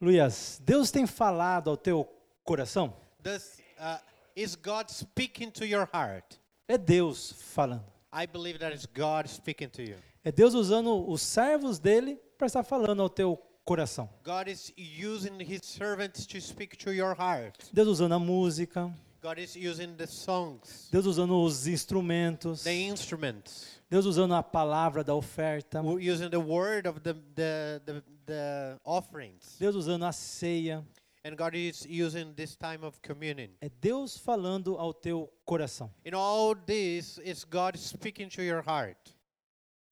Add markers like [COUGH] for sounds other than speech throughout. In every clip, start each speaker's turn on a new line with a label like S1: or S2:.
S1: Luias, Deus tem falado ao teu coração?
S2: Does, uh, is God speaking to your heart?
S1: É Deus falando.
S2: I believe that is God speaking to you.
S1: É Deus usando os servos dele para estar falando ao teu coração.
S2: God is using His servants to speak to your heart.
S1: Deus usando a música,
S2: God is using the songs,
S1: Deus usando os instrumentos,
S2: the instruments,
S1: Deus usando a palavra da oferta,
S2: we're using the word of the, the, the, the offerings.
S1: Deus usando a ceia.
S2: And God is using this time of communion.
S1: É Deus falando ao teu coração.
S2: In all this, is God speaking to your heart.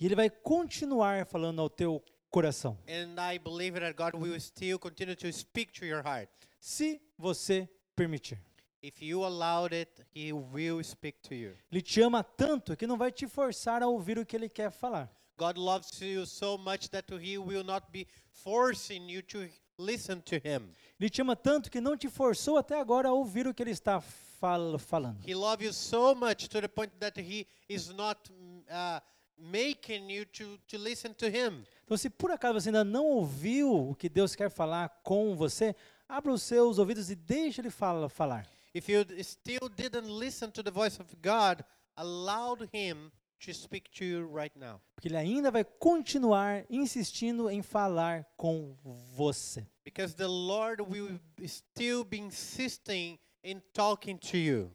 S1: E ele vai continuar falando ao teu coração,
S2: And I believe that God will still continue to speak to your heart.
S1: se você permitir.
S2: If you allowed it, He will speak to you.
S1: Ele te ama tanto que não vai te forçar a ouvir o que ele quer falar.
S2: God loves you so much that He will not be forcing you to listen to Him.
S1: Ele te ama tanto que não te forçou até agora a ouvir o que ele está fal falando.
S2: He loves you so much to the point that He is not mm, uh, making you to, to listen to Him.
S1: Então, se por acaso você ainda não ouviu o que Deus quer falar com você, abra os seus ouvidos e deixa ele fala, falar.
S2: If you d- still didn't listen to the voice of God, allowed Him to speak to you right now.
S1: Porque ele ainda vai continuar insistindo em falar com você.
S2: Because the Lord will b- still be insisting in talking to you.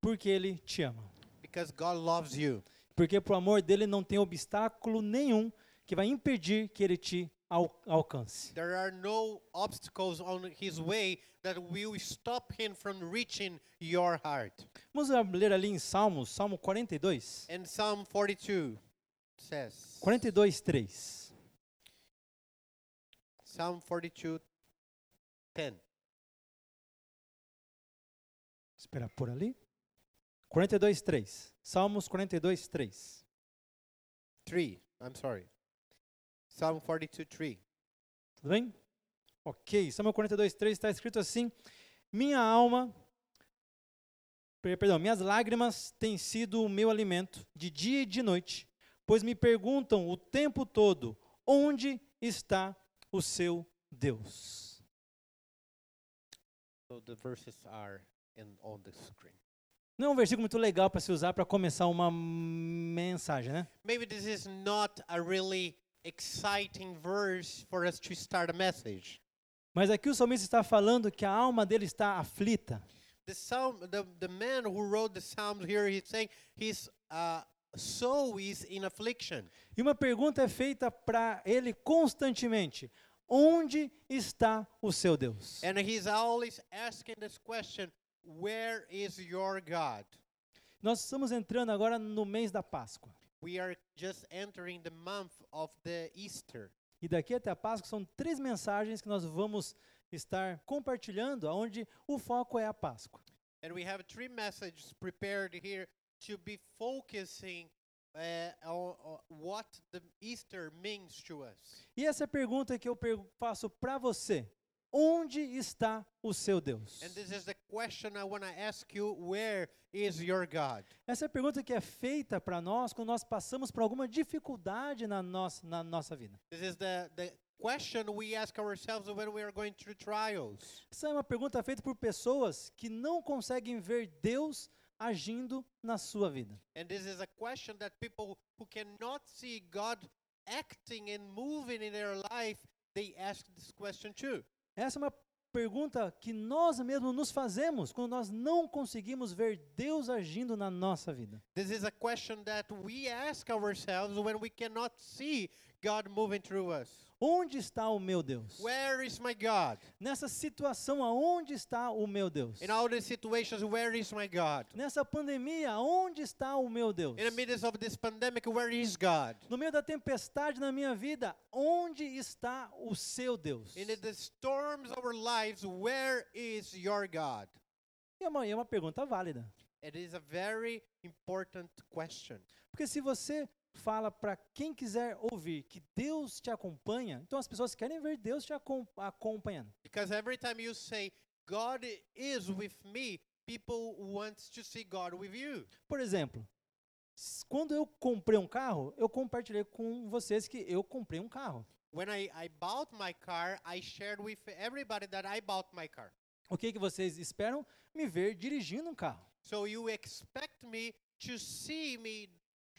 S1: Porque ele te ama.
S2: Because God loves you.
S1: Porque por amor dele não tem obstáculo nenhum que vai impedir que ele te al- alcance.
S2: There are no obstacles on his way that will stop him from reaching your heart.
S1: Vamos a- ler ali em Salmos, Salmo 42.
S2: And Psalm 42 says
S1: 42, 3.
S2: Psalm 42 10.
S1: Espera por ali. 42, 3. Salmos 42, 3.
S2: 3. I'm sorry. Psalm 42 3.
S1: Tudo bem? Ok, Salmo 42, 3 está escrito assim: Minha alma, per- perdão, minhas lágrimas têm sido o meu alimento de dia e de noite, pois me perguntam o tempo todo: onde está o seu Deus?
S2: So the verses are in on the screen.
S1: Não é um versículo muito legal para se usar para começar uma mensagem, né?
S2: Maybe this is not a really exciting verse for us to start a message.
S1: Mas aqui o salmista está falando que a alma dele está aflita.
S2: the psalm the, the man who wrote the psalms here he's saying his uh, soul is in affliction
S1: E uma pergunta é feita para ele constantemente: onde está o seu Deus?
S2: and he's always asking this question where is your god
S1: Nós estamos entrando agora no mês da Páscoa.
S2: we are just entering the month of the easter
S1: E daqui até a Páscoa são três mensagens que nós vamos estar compartilhando, onde o foco é a Páscoa.
S2: and we have three messages prepared here to be focusing uh, on, on what the easter means to us
S1: E essa é pergunta que eu per- faço para você: onde está o seu Deus?
S2: and this is the question i want to ask you where is your god
S1: Essa é a pergunta que é feita para nós quando nós passamos por alguma dificuldade na nossa, na nossa vida.
S2: This is the, the question we ask ourselves when we are going through trials.
S1: Essa é uma pergunta feita por pessoas que não conseguem ver Deus agindo na sua vida.
S2: And this is a question that people who cannot see God acting and moving in their life, they ask this question too.
S1: Essa é uma pergunta que nós mesmos nos fazemos quando nós não conseguimos ver Deus agindo na nossa vida.
S2: This is a question that we ask ourselves when we cannot see God moving through us.
S1: Onde está o meu Deus?
S2: Where is my God?
S1: Nessa situação, aonde está o meu Deus?
S2: In all these situations, where is my God?
S1: Nessa pandemia, aonde está o meu Deus?
S2: In the midst of this pandemic, where is God?
S1: No meio da tempestade na minha vida, onde está o seu Deus?
S2: In the- the storms of our lives, where is your God?
S1: E é uma, é uma pergunta válida.
S2: It is a very important question.
S1: Porque se você fala para quem quiser ouvir que Deus te acompanha, então as pessoas querem ver Deus te acom- acompanhando.
S2: Because every time you say, God i- is with me, people want to see God with you.
S1: Por exemplo, s- quando eu comprei um carro, eu compartilhei com vocês que eu comprei um carro.
S2: When I, I bought my car, I shared with everybody that I bought my car.
S1: O que, que vocês esperam me ver dirigindo um carro?
S2: So you expect me to see me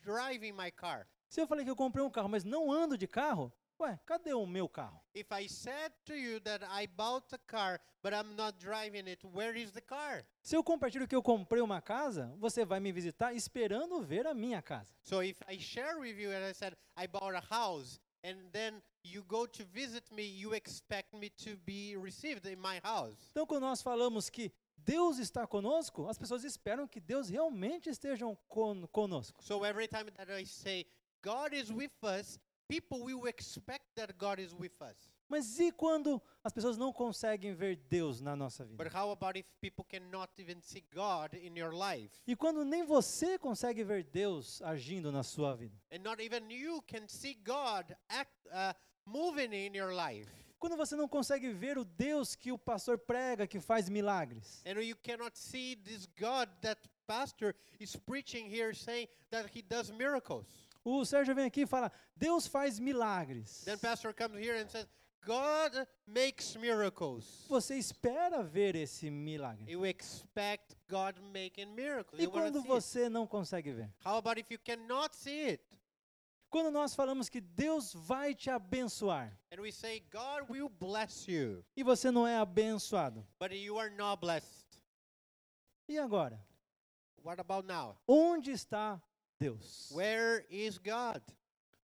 S2: driving my car.
S1: Se eu falei que eu comprei um carro, mas não ando de carro, ué, cadê o meu carro?
S2: If I said to you that I bought a car, but I'm not driving it, where is the car?
S1: Se eu compartilho que eu comprei uma casa, você vai me visitar esperando ver a minha casa.
S2: So if I share with you and I said I bought a house, and then you go to visit me, you expect me to be received in my house.
S1: Então, quando nós falamos que Deus está conosco, as pessoas esperam que Deus realmente esteja con conosco.
S2: So every time that I say God is with us, people will expect that God is with us.
S1: Mas e quando as pessoas não conseguem ver Deus na nossa
S2: But
S1: vida?
S2: how about if people cannot even see God in your life?
S1: E quando nem você consegue ver Deus agindo na sua vida?
S2: And not even you can see God act, uh, moving in your life.
S1: Quando você não consegue ver o Deus que o pastor prega, que faz milagres?
S2: And you cannot see this God that pastor is preaching here saying that he does miracles.
S1: O Sérgio vem aqui e fala: Deus faz milagres.
S2: Then pastor comes here and says, God makes miracles.
S1: Você espera ver esse milagre.
S2: You expect God making miracles.
S1: E
S2: You wanna
S1: quando
S2: see it.
S1: você não consegue ver?
S2: How about if you cannot see it?
S1: Quando nós falamos que Deus vai te abençoar
S2: And we say, God will bless you,
S1: e você não é abençoado.
S2: but you are not blessed.
S1: E agora?
S2: What about now?
S1: Onde está Deus?
S2: Where is God?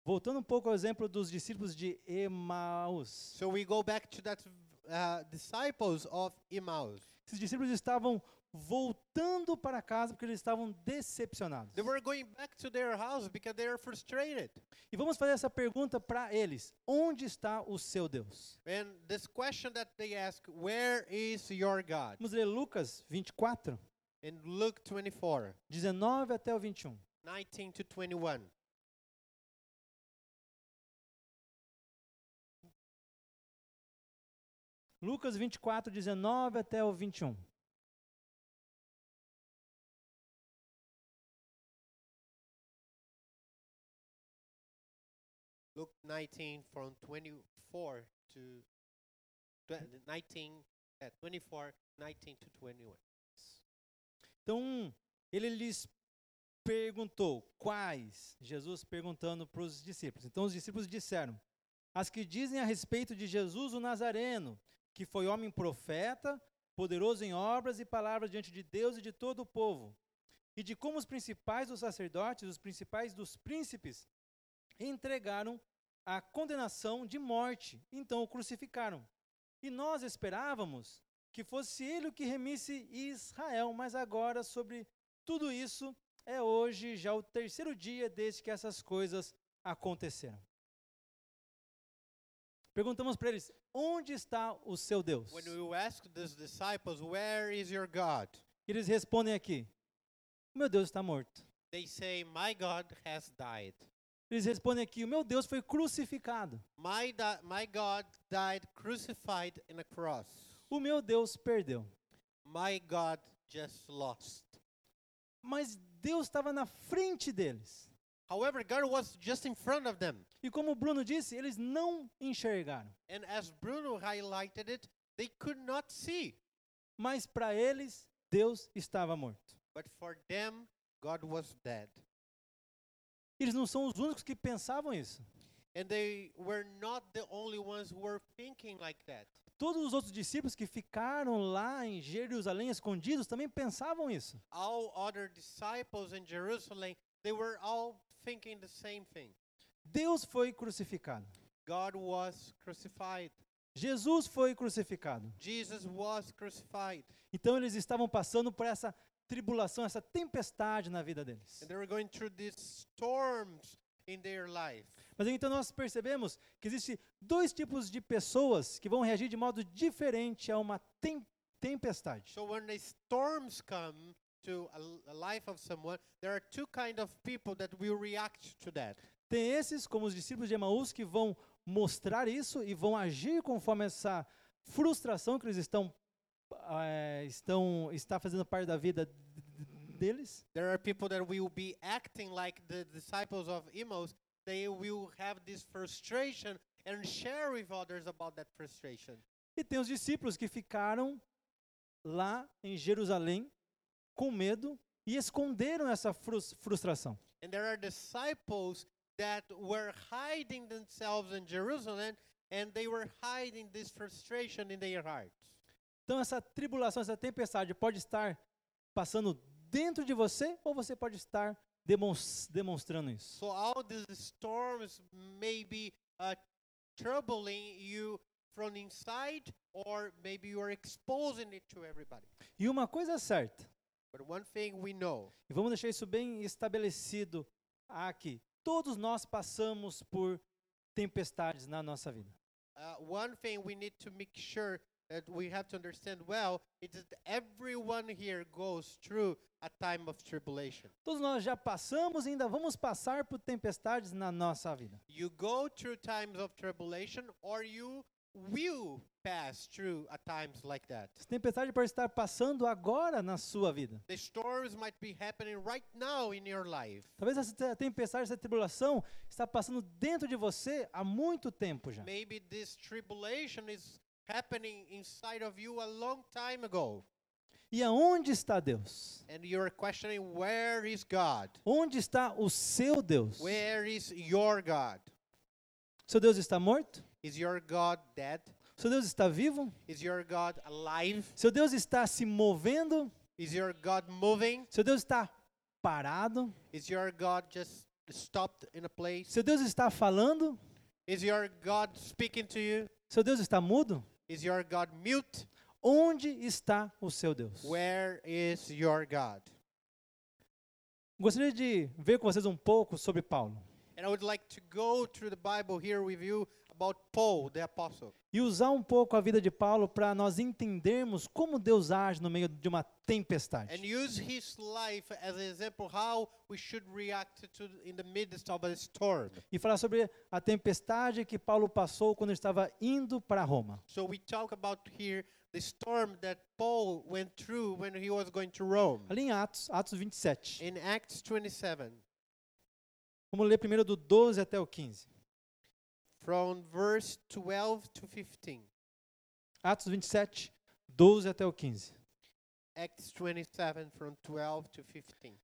S1: Voltando um pouco ao exemplo dos discípulos de Emaús.
S2: So we go back to that uh, disciples of Emmaus.
S1: Esses discípulos estavam voltando para casa porque eles estavam decepcionados.
S2: They were going back to their house because they are frustrated.
S1: E vamos fazer essa pergunta para eles: Onde está o seu Deus?
S2: And this question that they ask, where is your God?
S1: Vamos ler Lucas 24,
S2: In Luke 24,
S1: 19 até o 21.
S2: 19 to 21.
S1: Lucas 24, 19 até o 21.
S2: Luke 19 from 24 to twen- 19, uh, 24, 19 to 21.
S1: Então, ele lhes perguntou quais? Jesus perguntando para os discípulos. Então, os discípulos disseram: As que dizem a respeito de Jesus o Nazareno, que foi homem profeta, poderoso em obras e palavras diante de Deus e de todo o povo, e de como os principais dos sacerdotes, os principais dos príncipes, entregaram a condenação de morte, então o crucificaram. E nós esperávamos que fosse ele o que remisse Israel, mas agora sobre tudo isso é hoje já o terceiro dia desde que essas coisas aconteceram. Perguntamos para eles: onde está o seu Deus?
S2: When you ask these disciples, where is your God?
S1: E Eles respondem aqui: o meu Deus está morto.
S2: They say, my God has died.
S1: Eles respondem aqui: o meu Deus foi crucificado.
S2: My, da- my God died crucified in a cross.
S1: O meu Deus perdeu.
S2: My God just lost.
S1: Mas Deus estava na frente deles.
S2: However, God was just in front of them.
S1: E como o Bruno disse, eles não enxergaram.
S2: And as Bruno highlighted it, they could not see.
S1: Mas para eles, Deus estava morto.
S2: But for them, God was dead.
S1: Eles não são os únicos que pensavam isso.
S2: And they were not the only ones who were thinking like that.
S1: Todos os outros discípulos que ficaram lá em Jerusalém escondidos também pensavam isso.
S2: All other disciples in Jerusalem, they were all thinking the same thing.
S1: Deus foi crucificado.
S2: God was crucified.
S1: Jesus foi crucificado.
S2: Jesus was crucified.
S1: Então eles estavam passando por essa tribulação, essa tempestade na vida deles.
S2: And they were going through these storms in their life.
S1: Mas então nós percebemos que existem dois tipos de pessoas que vão reagir de modo diferente a uma tem- tempestade.
S2: So when the storms come to a, l- a life of someone, there are two kind of people that will react to that.
S1: Tem esses, como os discípulos de Emaús, que vão mostrar isso e vão agir conforme essa frustração que eles estão, eh, estão está fazendo parte da vida d- d- deles.
S2: There are people that will be acting like the disciples of Emos. They will have this frustration and share with others about that frustration.
S1: E tem os discípulos que ficaram lá em Jerusalém com medo e esconderam essa frus- frustração.
S2: And there are disciples that were hiding themselves in Jerusalem and they were hiding this frustration in their hearts.
S1: Então essa tribulação, essa tempestade pode estar passando dentro de você ou você pode estar demons- demonstrando isso.
S2: So all these storms may be uh, troubling you from inside or maybe you are exposing it to everybody.
S1: E uma coisa é certa,
S2: But one thing we know
S1: e vamos deixar isso bem estabelecido aqui. Todos nós passamos por tempestades na nossa vida.
S2: uh, one thing we need to make sure that we have to understand well is that everyone here goes through a time of tribulation.
S1: Todos nós já passamos e ainda vamos passar por tempestades na nossa vida.
S2: You go through times of tribulation, or you will pass through a times like that.
S1: Essa tempestade pode estar passando agora na sua vida.
S2: The storms might be happening right now in your life.
S1: Talvez essa te- tempestade, essa tribulação está passando dentro de você há muito tempo já.
S2: Maybe this tribulation is happening inside of you a long time ago,
S1: E aonde está Deus?
S2: and you're questioning where is God?
S1: Onde está o seu Deus?
S2: Where is your God?
S1: Seu Deus está morto?
S2: Is your God dead?
S1: Seu Deus está vivo?
S2: Is your God alive?
S1: Seu Deus está se movendo?
S2: Is your God moving?
S1: Seu Deus está parado?
S2: Is your God just stopped in a place?
S1: Seu Deus está falando?
S2: Is your God speaking to you?
S1: Seu Deus está mudo?
S2: Is your God mute?
S1: Onde está o seu Deus?
S2: Where is your God?
S1: Gostaria de ver com vocês um pouco sobre Paulo
S2: And I would like to go through the Bible here with you about Paul, the apostle,
S1: e usar um pouco a vida de Paulo para nós entendermos como Deus age no meio de uma
S2: and
S1: tempestade.
S2: use his life as an example how we should react to in the midst of a storm.
S1: E falar sobre a tempestade que Paulo passou quando estava indo para Roma.
S2: So we talk about here the storm that Paul went through when he was going to Rome.
S1: Ali em Atos, Atos 27.
S2: In Acts 27,
S1: Vamos ler primeiro do 12 até o 15.
S2: from verse 12 to 15.
S1: Atos 27, 12 até o 15.
S2: Acts 27, from 12 to 15.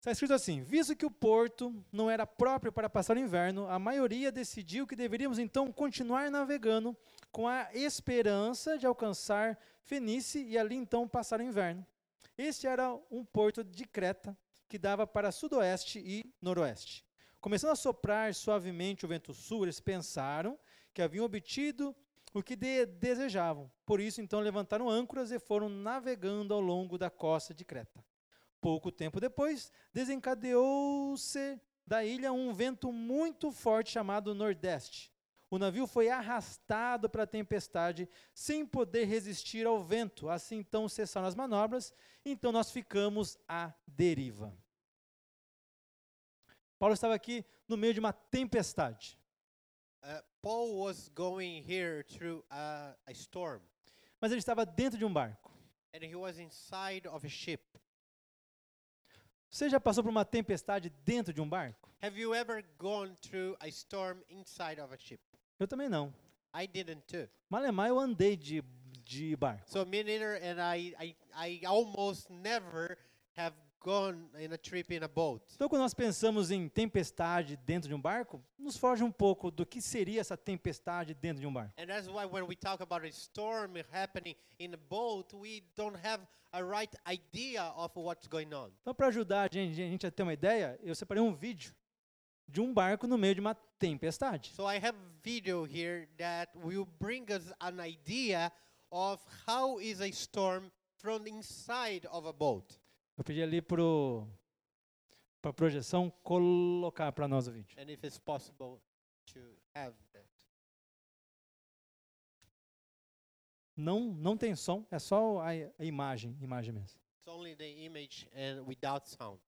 S1: Está escrito assim: Visto que o porto não era próprio para passar o inverno, a maioria decidiu que deveríamos então continuar navegando com a esperança de alcançar Fenice e ali então passar o inverno. Este era um porto de Creta que dava para sudoeste e noroeste. Começando a soprar suavemente o vento sul, eles pensaram que haviam obtido o que de- desejavam. Por isso, então, levantaram âncoras e foram navegando ao longo da costa de Creta. Pouco tempo depois, desencadeou-se da ilha um vento muito forte chamado Nordeste. O navio foi arrastado para a tempestade sem poder resistir ao vento. Assim, então, cessaram as manobras, então nós ficamos à deriva. Paulo estava aqui no meio de uma tempestade,
S2: Uh, Paul was going here through a, a storm,
S1: mas ele estava dentro de um barco.
S2: and he was inside of a ship.
S1: Você já passou por uma tempestade dentro de um barco?
S2: Have you ever gone through a storm inside of a ship?
S1: Eu também não.
S2: I didn't too.
S1: Malemar, eu andei de, de barco.
S2: So me neither, and I, I, I almost never have gone in a trip in a boat.
S1: Então, quando nós pensamos em tempestade dentro de um barco, nos foge um pouco do que seria essa tempestade dentro de um barco.
S2: And that's why when we talk about a storm happening in a boat, we don't have a right idea of what's going on.
S1: Então, para ajudar a gente, a gente a ter uma ideia, eu separei um vídeo de um barco no meio de uma tempestade.
S2: So I have video here that will bring us an idea of how is a storm from inside of a boat.
S1: Eu pedi ali pro para projeção colocar para nós o vídeo.
S2: And if it's possible to have that.
S1: Não, não tem som, é só a, a imagem, imagem mesmo.
S2: It's only the image and without sound.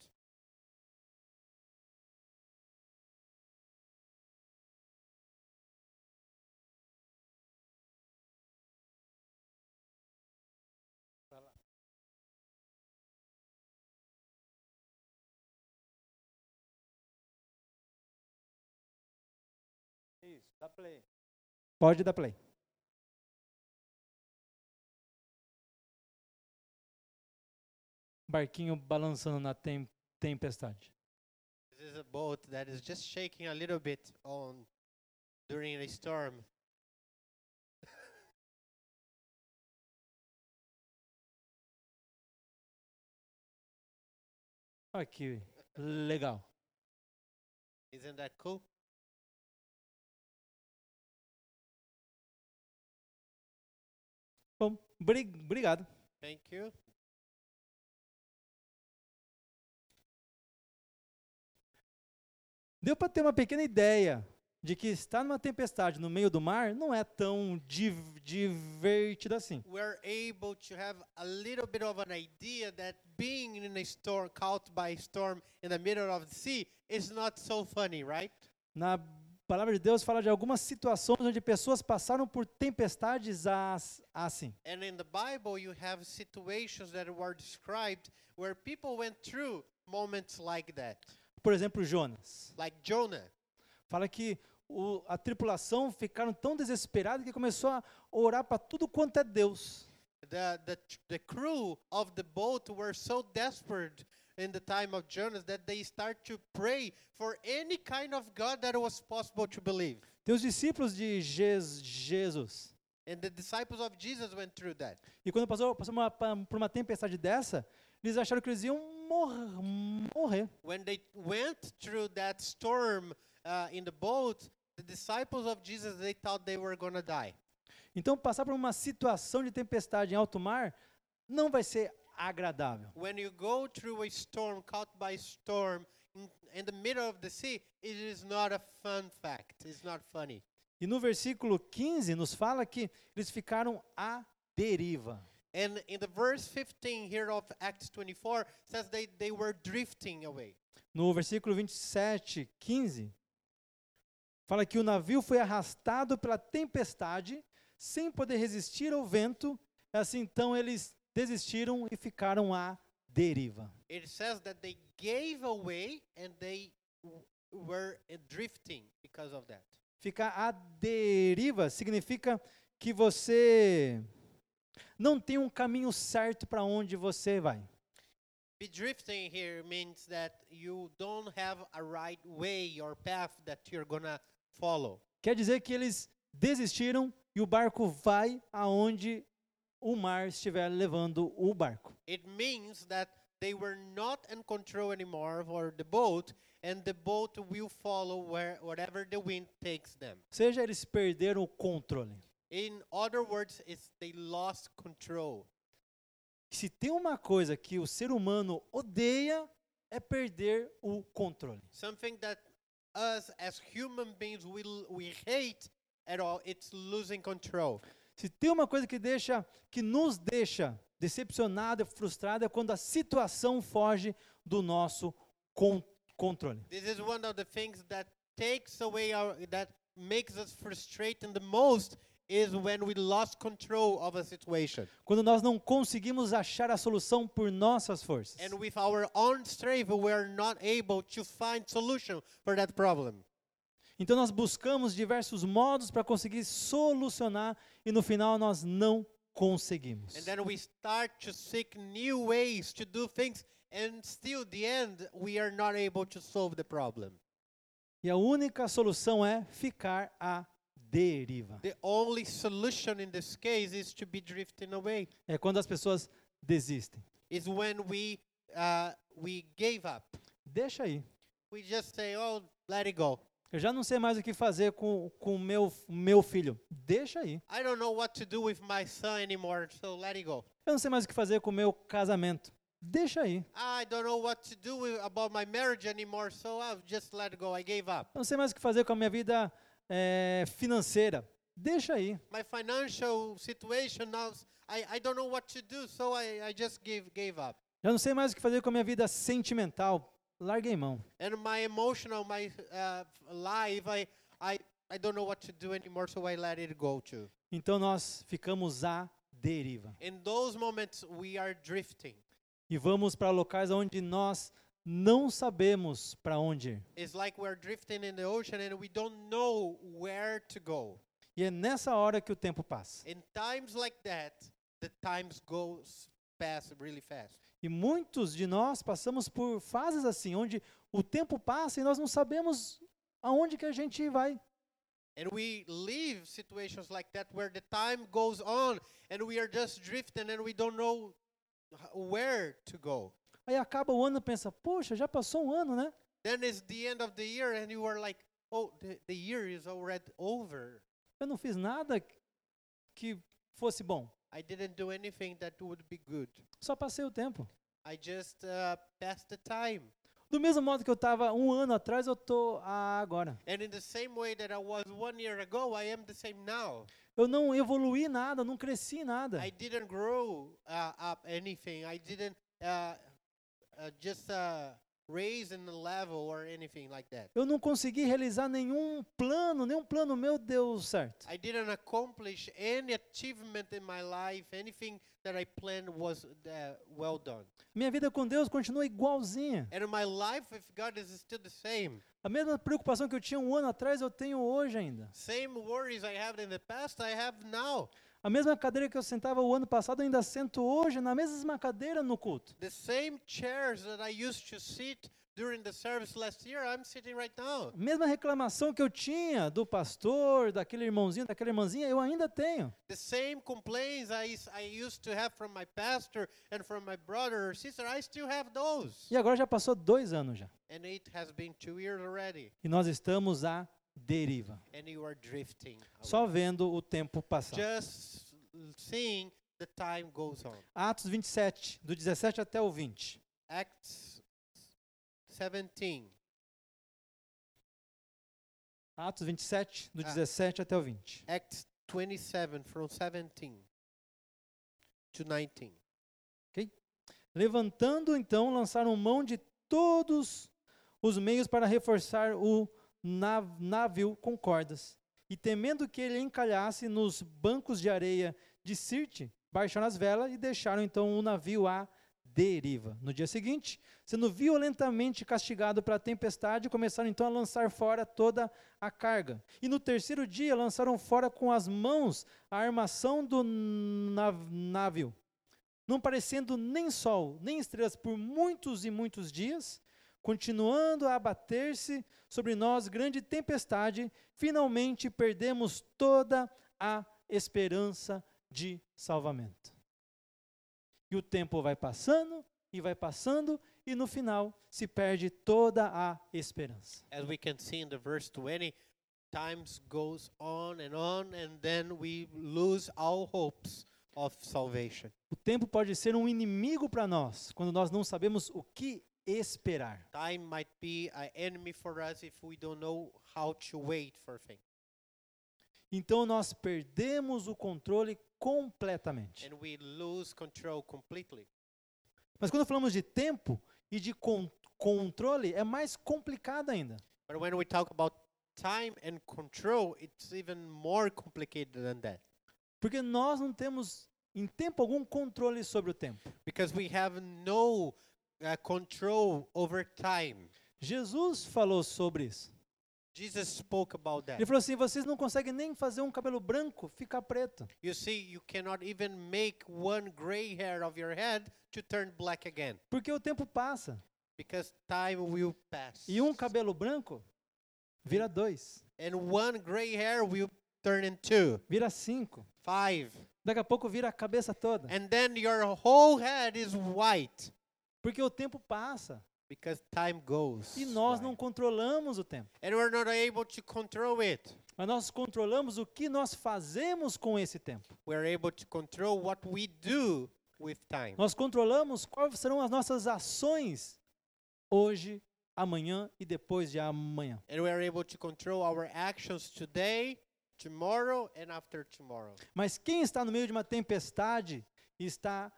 S1: Isso, dá play. Pode dar play. Barquinho balançando na tem- tempestade.
S2: This is a boat that is just shaking a little bit on during a storm.
S1: Olha que legal.
S2: Isn't that cool?
S1: Bom, bri- obrigado.
S2: Thank you.
S1: Deu para ter uma pequena ideia de que estar numa tempestade no meio do mar não é tão div- divertido assim.
S2: We're able to have a little bit of an idea that being in a storm, caught by a storm in the middle of the sea, is not so funny, right?
S1: Na palavra de Deus fala de algumas situações onde pessoas passaram por tempestades as- assim.
S2: And in the Bible, you have situations that were described where people went through moments like that,
S1: Por exemplo, Jonas.
S2: like Jonah.
S1: Fala que o- a tripulação ficaram tão desesperada que começou a orar para tudo quanto é Deus.
S2: The, the, tr- the crew of the boat were so desperate in the time of Jonah that they start to pray for any kind of God that was possible to believe.
S1: Tem os discípulos de Jes- Jesus.
S2: And the disciples of Jesus went through that.
S1: E quando passou, passou uma- pa- por uma tempestade dessa, eles acharam que eles iam mor- morrer.
S2: When they went through that storm uh, in the boat, the disciples of Jesus, they thought they were going to die.
S1: Então, passar por uma situação de tempestade em alto mar não vai ser agradável.
S2: when you go through a storm caught by storm in, in the middle of the sea it is not a fun fact it's not funny
S1: E no versículo 15 nos fala que eles ficaram à deriva.
S2: and in the verse 15 here of acts 24 says they, they were drifting away
S1: No versículo 27, 15, fala que o navio foi arrastado pela tempestade, sem poder resistir ao vento, assim então eles desistiram e ficaram à deriva.
S2: it says that they gave away and they w- were uh, drifting because of that
S1: Ficar à deriva significa que você não tem um caminho certo para onde você vai.
S2: be drifting here means that you don't have a right way or path that you're gonna follow
S1: Quer dizer que eles desistiram e o barco vai aonde o mar estiver levando o barco.
S2: It means that they were not in control anymore for the boat, and the boat will follow where whatever the wind takes them.
S1: Ou seja, eles perderam o controle.
S2: In other words, it's they lost control.
S1: Se tem uma coisa que o ser humano odeia é perder o controle.
S2: Something that us as human beings we l- we hate at all. It's losing control.
S1: Se tem uma coisa que deixa que nos deixa decepcionado e frustrado é quando a situação foge do nosso con- controle.
S2: This is one of the things that takes away our that makes us frustrated the most is when we lost control of a situation.
S1: Quando nós não conseguimos achar a solução por nossas forças.
S2: and with our own strength we are not able to find solution for that problem
S1: Então nós buscamos diversos modos para conseguir solucionar e no final nós não conseguimos.
S2: and then we start to seek new ways to do things and still the end we are not able to solve the problem
S1: E a única solução é ficar à deriva.
S2: the only solution in this case is to be drifting away
S1: É quando as pessoas desistem.
S2: is when we uh, we gave up
S1: Deixa aí.
S2: we just say oh let it go
S1: Eu já não sei mais o que fazer com o meu, meu filho. Deixa aí.
S2: i don't know what to do with my son anymore so let it go
S1: Eu não sei mais o que fazer com o meu casamento. Deixa aí.
S2: i don't know what to do with, about my marriage anymore so i'll just let it go i gave up
S1: Eu não sei mais o que fazer com a minha vida eh, financeira. Deixa aí.
S2: my financial situation now s- I, I don't know what to do so I, I just gave gave up
S1: Já não sei mais o que fazer com a minha vida sentimental. Larguei mão.
S2: and my emotional my uh, life I, I I don't know what to do anymore so I let it go too
S1: Então nós ficamos à deriva
S2: in those moments we are drifting
S1: e vamos para locais onde nós não sabemos para onde ir.
S2: It's like we're drifting in the ocean and we don't know where to go.
S1: E é nessa hora que o tempo passa.
S2: In times like that, the times goes past really fast.
S1: E muitos de nós passamos por fases assim, onde o tempo passa e nós não sabemos aonde que a gente vai.
S2: And we leave situations like that where the time goes on and we are just drifting and we don't know h- where to go.
S1: Aí acaba o ano e pensa, poxa, já passou um ano, né?
S2: Then it's the end of the year and you are like, oh, the, the year is already over.
S1: Eu não fiz nada que fosse bom.
S2: I didn't do anything that would be good.
S1: Só passei o tempo.
S2: I just uh, passed the time.
S1: Do mesmo modo que eu estava um ano atrás, eu estou agora.
S2: And in the same way that I was one year ago, I am the same now.
S1: Eu não evoluí nada, não cresci nada.
S2: I didn't grow uh, up anything. I didn't uh, uh, just uh, raise in the level or anything like that.
S1: Eu não consegui realizar nenhum plano, nenhum plano meu deu certo.
S2: I didn't accomplish any achievement in my life. Anything that I planned was uh, well done.
S1: Minha vida com Deus continua igualzinha.
S2: And my life with God is still the same.
S1: A mesma preocupação que eu tinha um ano atrás, eu tenho hoje ainda.
S2: Same worries I had in the past, I have now.
S1: A mesma cadeira que eu sentava o ano passado, eu ainda sento hoje na mesma cadeira no culto.
S2: The same chairs that I used to sit during the service last year, I'm sitting right now.
S1: A mesma reclamação que eu tinha do pastor, daquele irmãozinho, daquela irmãzinha, eu ainda tenho.
S2: The same complaints I, s- I used to have from my pastor and from my brother or sister, I still have those.
S1: E agora já passou dois anos já.
S2: And it has been two years already,
S1: E nós estamos à deriva,
S2: and you are drifting.
S1: só
S2: away.
S1: vendo o tempo passar.
S2: Just seeing the time goes on.
S1: Atos 27, do 17 até o 20.
S2: Acts 17.
S1: Atos 27, do
S2: Ah.
S1: 17 até o 20.
S2: Acts 27, from 17 to 19.
S1: Levantando então, lançaram mão de todos os meios para reforçar o na- navio com cordas. E temendo que ele encalhasse nos bancos de areia de Sirte, baixaram as velas e deixaram então o navio à deriva. No dia seguinte, sendo violentamente castigado pela tempestade, começaram então a lançar fora toda a carga. E no terceiro dia, lançaram fora com as mãos a armação do nav- navio não parecendo nem sol, nem estrelas por muitos e muitos dias, continuando a abater-se sobre nós grande tempestade, finalmente perdemos toda a esperança de salvamento. E o tempo vai passando e vai passando e no final se perde toda a esperança.
S2: As we can see in the verse 20, times goes on and on, and then we lose all hopes of salvation.
S1: O tempo pode ser um inimigo para nós quando nós não sabemos o que esperar.
S2: Time might be an enemy for us if we don't know how to wait for things.
S1: Então nós perdemos o controle completamente.
S2: And we lose control completely.
S1: Mas quando falamos de tempo e de con- controle, é mais complicado ainda.
S2: But when we talk about time and control, it's even more complicated than that.
S1: Porque nós não temos, em tempo algum, controle sobre o tempo.
S2: Because we have no uh, control over time.
S1: Jesus falou sobre isso.
S2: Jesus spoke about that.
S1: Ele falou assim: vocês não conseguem nem fazer um cabelo branco ficar preto.
S2: You see, you cannot even make one gray hair of your head to turn black again
S1: Porque o tempo passa.
S2: because time will pass.
S1: E um cabelo branco vira dois,
S2: and one gray hair will turn into
S1: vira cinco.
S2: five.
S1: Daqui a pouco vira a cabeça toda.
S2: And then your whole head is white
S1: Porque o tempo passa.
S2: because time goes.
S1: E nós
S2: by.
S1: não controlamos o tempo.
S2: and we're not able to control it.
S1: Mas nós controlamos o que nós fazemos com esse tempo.
S2: We're able to control what we do with time.
S1: Nós controlamos quais serão as nossas ações hoje, amanhã e depois de amanhã.
S2: And we're able to control our actions today, tomorrow, and after tomorrow.
S1: Mas quem está no meio de uma tempestade e está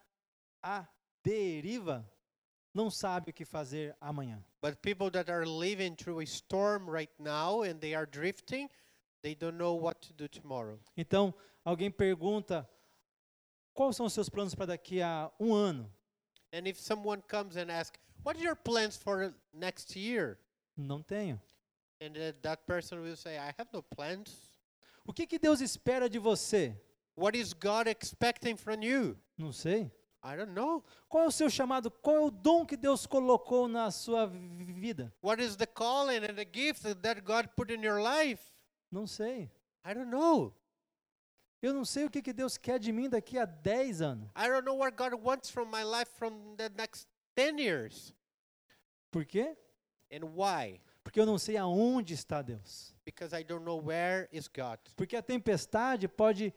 S1: à deriva, não sabe o que fazer amanhã.
S2: But people that are living through a storm right now and they are drifting, they don't know what to do tomorrow.
S1: Então, alguém pergunta: quais são os seus planos para daqui a um ano?
S2: And if someone comes and asks, What are your plans for next year?
S1: Não tenho.
S2: And uh, that person will say, I have no plans.
S1: O que, que Deus espera de você?
S2: What is God expecting from you?
S1: Não sei.
S2: I don't know.
S1: Qual é o seu chamado? Qual é o dom que Deus colocou na sua vi- vida?
S2: What is the calling and the gift that God put in your life?
S1: Não sei.
S2: I don't know.
S1: Eu não sei o que, que Deus quer de mim daqui a 10 anos.
S2: I don't know what God wants from my life from the next 10 years.
S1: Por quê?
S2: And why?
S1: Porque eu não sei aonde está Deus.
S2: Because I don't know where is God.
S1: Porque a tempestade pode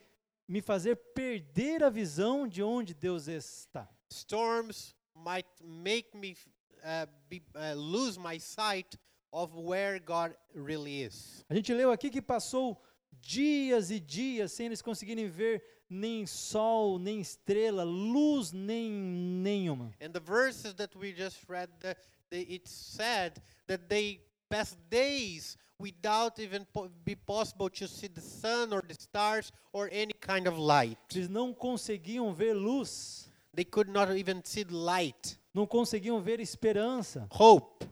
S1: me fazer perder a visão de onde Deus está.
S2: Storms might make me uh, be, uh, lose my sight of where God really is.
S1: A gente leu aqui que passou dias e dias sem eles conseguirem ver nem sol, nem estrela, luz nem nenhuma.
S2: And the verses that we just read, the, the, it said that they passed days without even po- be possible to see the sun or the stars or any kind of light.
S1: Eles não conseguiam ver luz,
S2: They could not even see light,
S1: não conseguiam ver esperança,
S2: hope.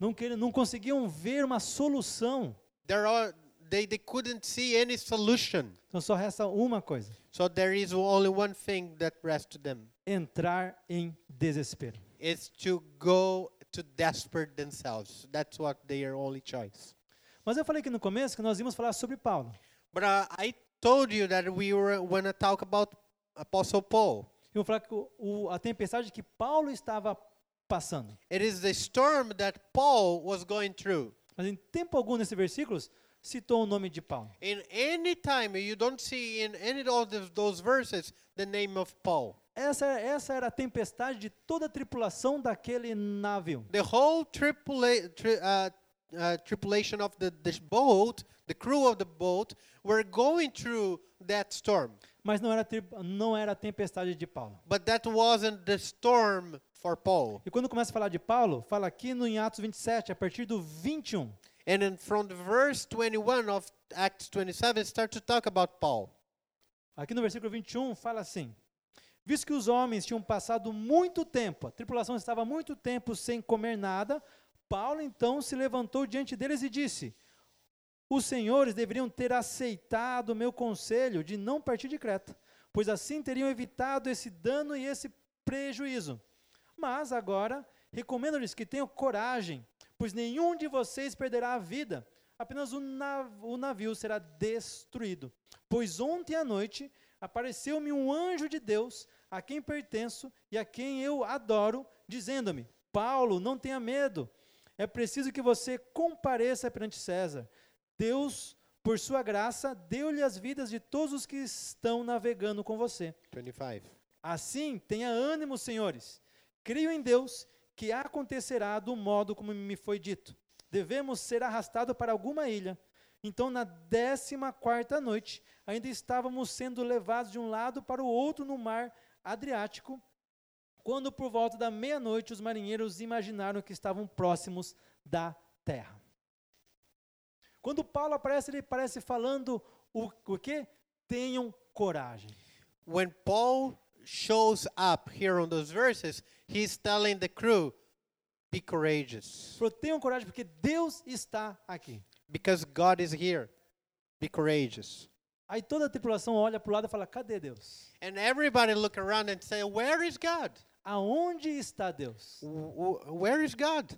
S1: não, quer- não conseguiam ver uma solução.
S2: There are they, they couldn't see any solution.
S1: Então só resta uma coisa:
S2: So there is only one thing that rests to them
S1: entrar em desespero.
S2: is to go to desperate themselves. That's what their only choice.
S1: Mas eu falei aqui no começo que nós íamos falar sobre Paulo.
S2: But uh, I told you that we were want to talk about Apostle Paul.
S1: Eu vou falar que o- o- a tempestade que Paulo estava passando.
S2: It is the storm that Paul was going through.
S1: Mas em tempo algum nesses versículos citou o nome de Paulo.
S2: In any time you don't see in any of those- those verses the name of Paul.
S1: Essa, essa era a tempestade de toda a tripulação daquele navio.
S2: The whole tripula- tri- uh, uh, tripulation of the, the boat, the crew of the boat, were going through that storm.
S1: Mas não era, a tri- não era a tempestade de Paulo.
S2: But that wasn't the storm for Paul.
S1: E quando começa a falar de Paulo, fala aqui no, em Atos 27, a partir do 21.
S2: And then from the verse 21 of Acts 27, start to talk about Paul.
S1: Aqui no versículo 21 fala assim: Visto que os homens tinham passado muito tempo, a tripulação estava muito tempo sem comer nada, Paulo então se levantou diante deles e disse: Os senhores deveriam ter aceitado o meu conselho de não partir de Creta, pois assim teriam evitado esse dano e esse prejuízo. Mas agora recomendo-lhes que tenham coragem, pois nenhum de vocês perderá a vida. Apenas o, nav- o navio será destruído. Pois ontem à noite apareceu-me um anjo de Deus, a quem pertenço e a quem eu adoro, dizendo-me: Paulo, não tenha medo. É preciso que você compareça perante César. Deus, por sua graça, deu-lhe as vidas de todos os que estão navegando com você.
S2: 25.
S1: Assim, tenha ânimo, senhores. Creio em Deus que acontecerá do modo como me foi dito. Devemos ser arrastados para alguma ilha. Então, na décima quarta noite, ainda estávamos sendo levados de um lado para o outro no mar Adriático, quando por volta da meia-noite os marinheiros imaginaram que estavam próximos da terra. Quando Paulo aparece, ele parece falando o, o quê? Tenham coragem.
S2: When Paul shows up here on those verses, he's telling the crew, be courageous.
S1: Falou, tenham coragem porque Deus está aqui.
S2: Because God is here. Be courageous.
S1: Aí toda a tripulação olha para o lado e fala, cadê Deus?
S2: And everybody look around and say, where is God?
S1: Aonde está Deus?
S2: W- w- where is God?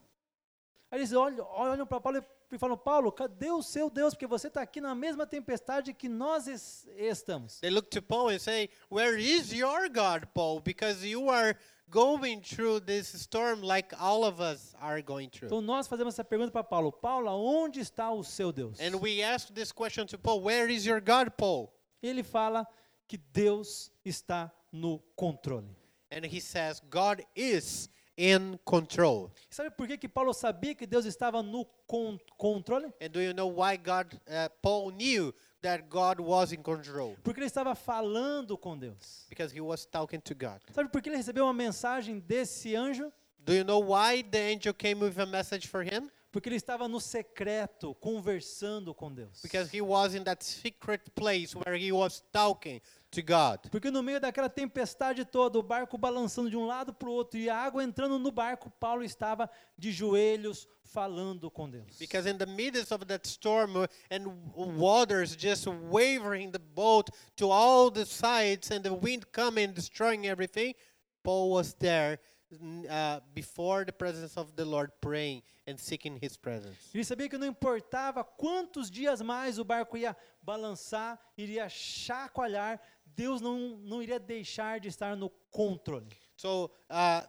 S1: Aí eles olham, olham para Paulo e falam, Paulo, cadê o seu Deus? Porque você está aqui na mesma tempestade que nós es- estamos.
S2: They look to Paul and say, Where is your God, Paul? Because you are going through this storm like all of us are going through.
S1: Então nós fazemos essa pergunta para Paulo, Paulo, aonde está o seu Deus?
S2: And we ask this question to Paul Where is your God, Paul?
S1: Ele fala que Deus está no controle.
S2: And he says, God is in control.
S1: Sabe por que, que Paulo sabia que Deus estava no con- controle?
S2: And do you know why God, uh, Paul knew that God was in control?
S1: Porque ele estava falando com Deus.
S2: Because he was talking to God.
S1: Sabe por que ele recebeu uma mensagem desse anjo?
S2: Do you know why the angel came with a message for him?
S1: Porque ele estava no secreto, conversando com Deus.
S2: because he was in that secret place where he was talking to God.
S1: Porque no meio daquela tempestade toda, o barco balançando de um lado para o outro e a água entrando no barco, Paulo estava de joelhos falando com Deus.
S2: Because in the midst of that storm uh, and w- waters just wavering the boat to all the sides and the wind coming destroying everything, Paul was there n- uh, before the presence of the Lord praying and seeking his presence.
S1: Ele sabia que não importava quantos dias mais o barco ia balançar, iria chacoalhar, Deus não, não iria deixar de estar no controle.
S2: So uh,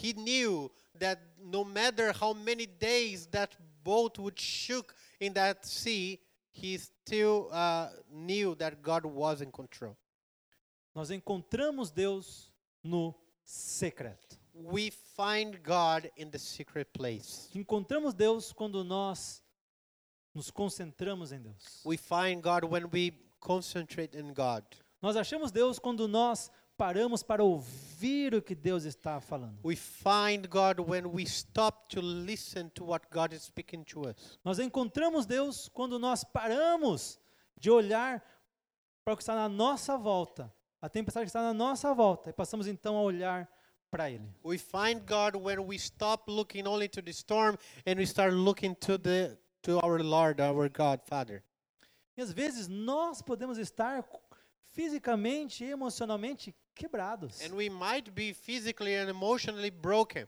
S2: he knew that no matter how many days that boat would shook in that sea, he still uh, knew that God was in control.
S1: Nós encontramos Deus no secreto.
S2: We find God in the secret place.
S1: Encontramos Deus quando nós nos concentramos em Deus.
S2: We find God when we concentrate in God.
S1: Nós achamos Deus quando nós paramos para ouvir o que Deus está falando.
S2: We find God when we stop to listen to what God is speaking to us.
S1: Nós encontramos Deus quando nós paramos de olhar para o que está na nossa volta, a tempestade que está na nossa volta, e passamos então a olhar para Ele.
S2: We find God when we stop looking only to the storm and we start looking to the to our Lord, our God, Father.
S1: E às vezes nós podemos estar fisicamente e emocionalmente quebrados,
S2: And we might be physically and emotionally broken.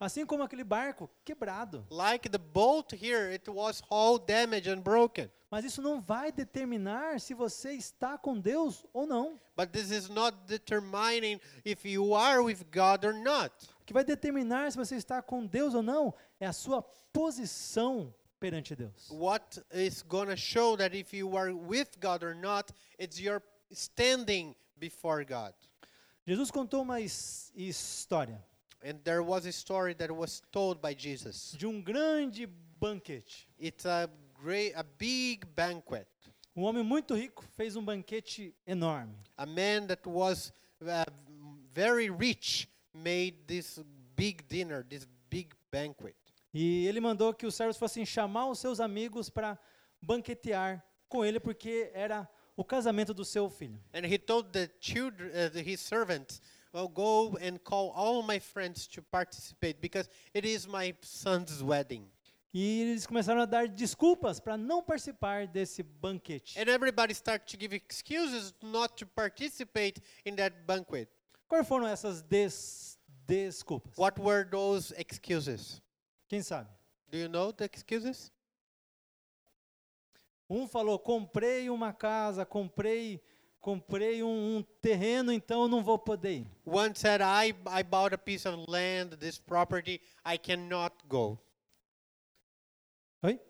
S1: assim como aquele barco quebrado.
S2: Like the boat here, it was all damaged and broken.
S1: Mas isso não vai determinar se você está com Deus ou não.
S2: But this is not determining if you are with God or not.
S1: O que vai determinar se você está com Deus ou não é a sua posição perante Deus.
S2: what is going to show that if you are with God or not, it's your standing before God.
S1: Jesus contou uma his- história
S2: And there was a story that was told by Jesus.
S1: de um grande banquete.
S2: It's a great, a big banquet.
S1: Um homem muito rico fez um banquete enorme.
S2: A man that was uh, very rich made this big dinner, this big banquet.
S1: E ele mandou que os servos fossem chamar os seus amigos para banquetear com ele, porque era o casamento do seu filho.
S2: And he told the children, uh, the- his servants, "Well, go and call all my friends to participate because it is my son's wedding."
S1: E eles começaram a dar desculpas para não participar desse banquete.
S2: And everybody start to give excuses not to participate in that banquet.
S1: Quais foram essas des- desculpas?
S2: What were those excuses?
S1: Quem sabe?
S2: Do you know the excuses?
S1: Um falou: comprei uma casa, comprei, comprei um, um terreno, então eu não vou poder ir.
S2: One said, I, I bought a piece of land, this property, I cannot go.
S1: Oi?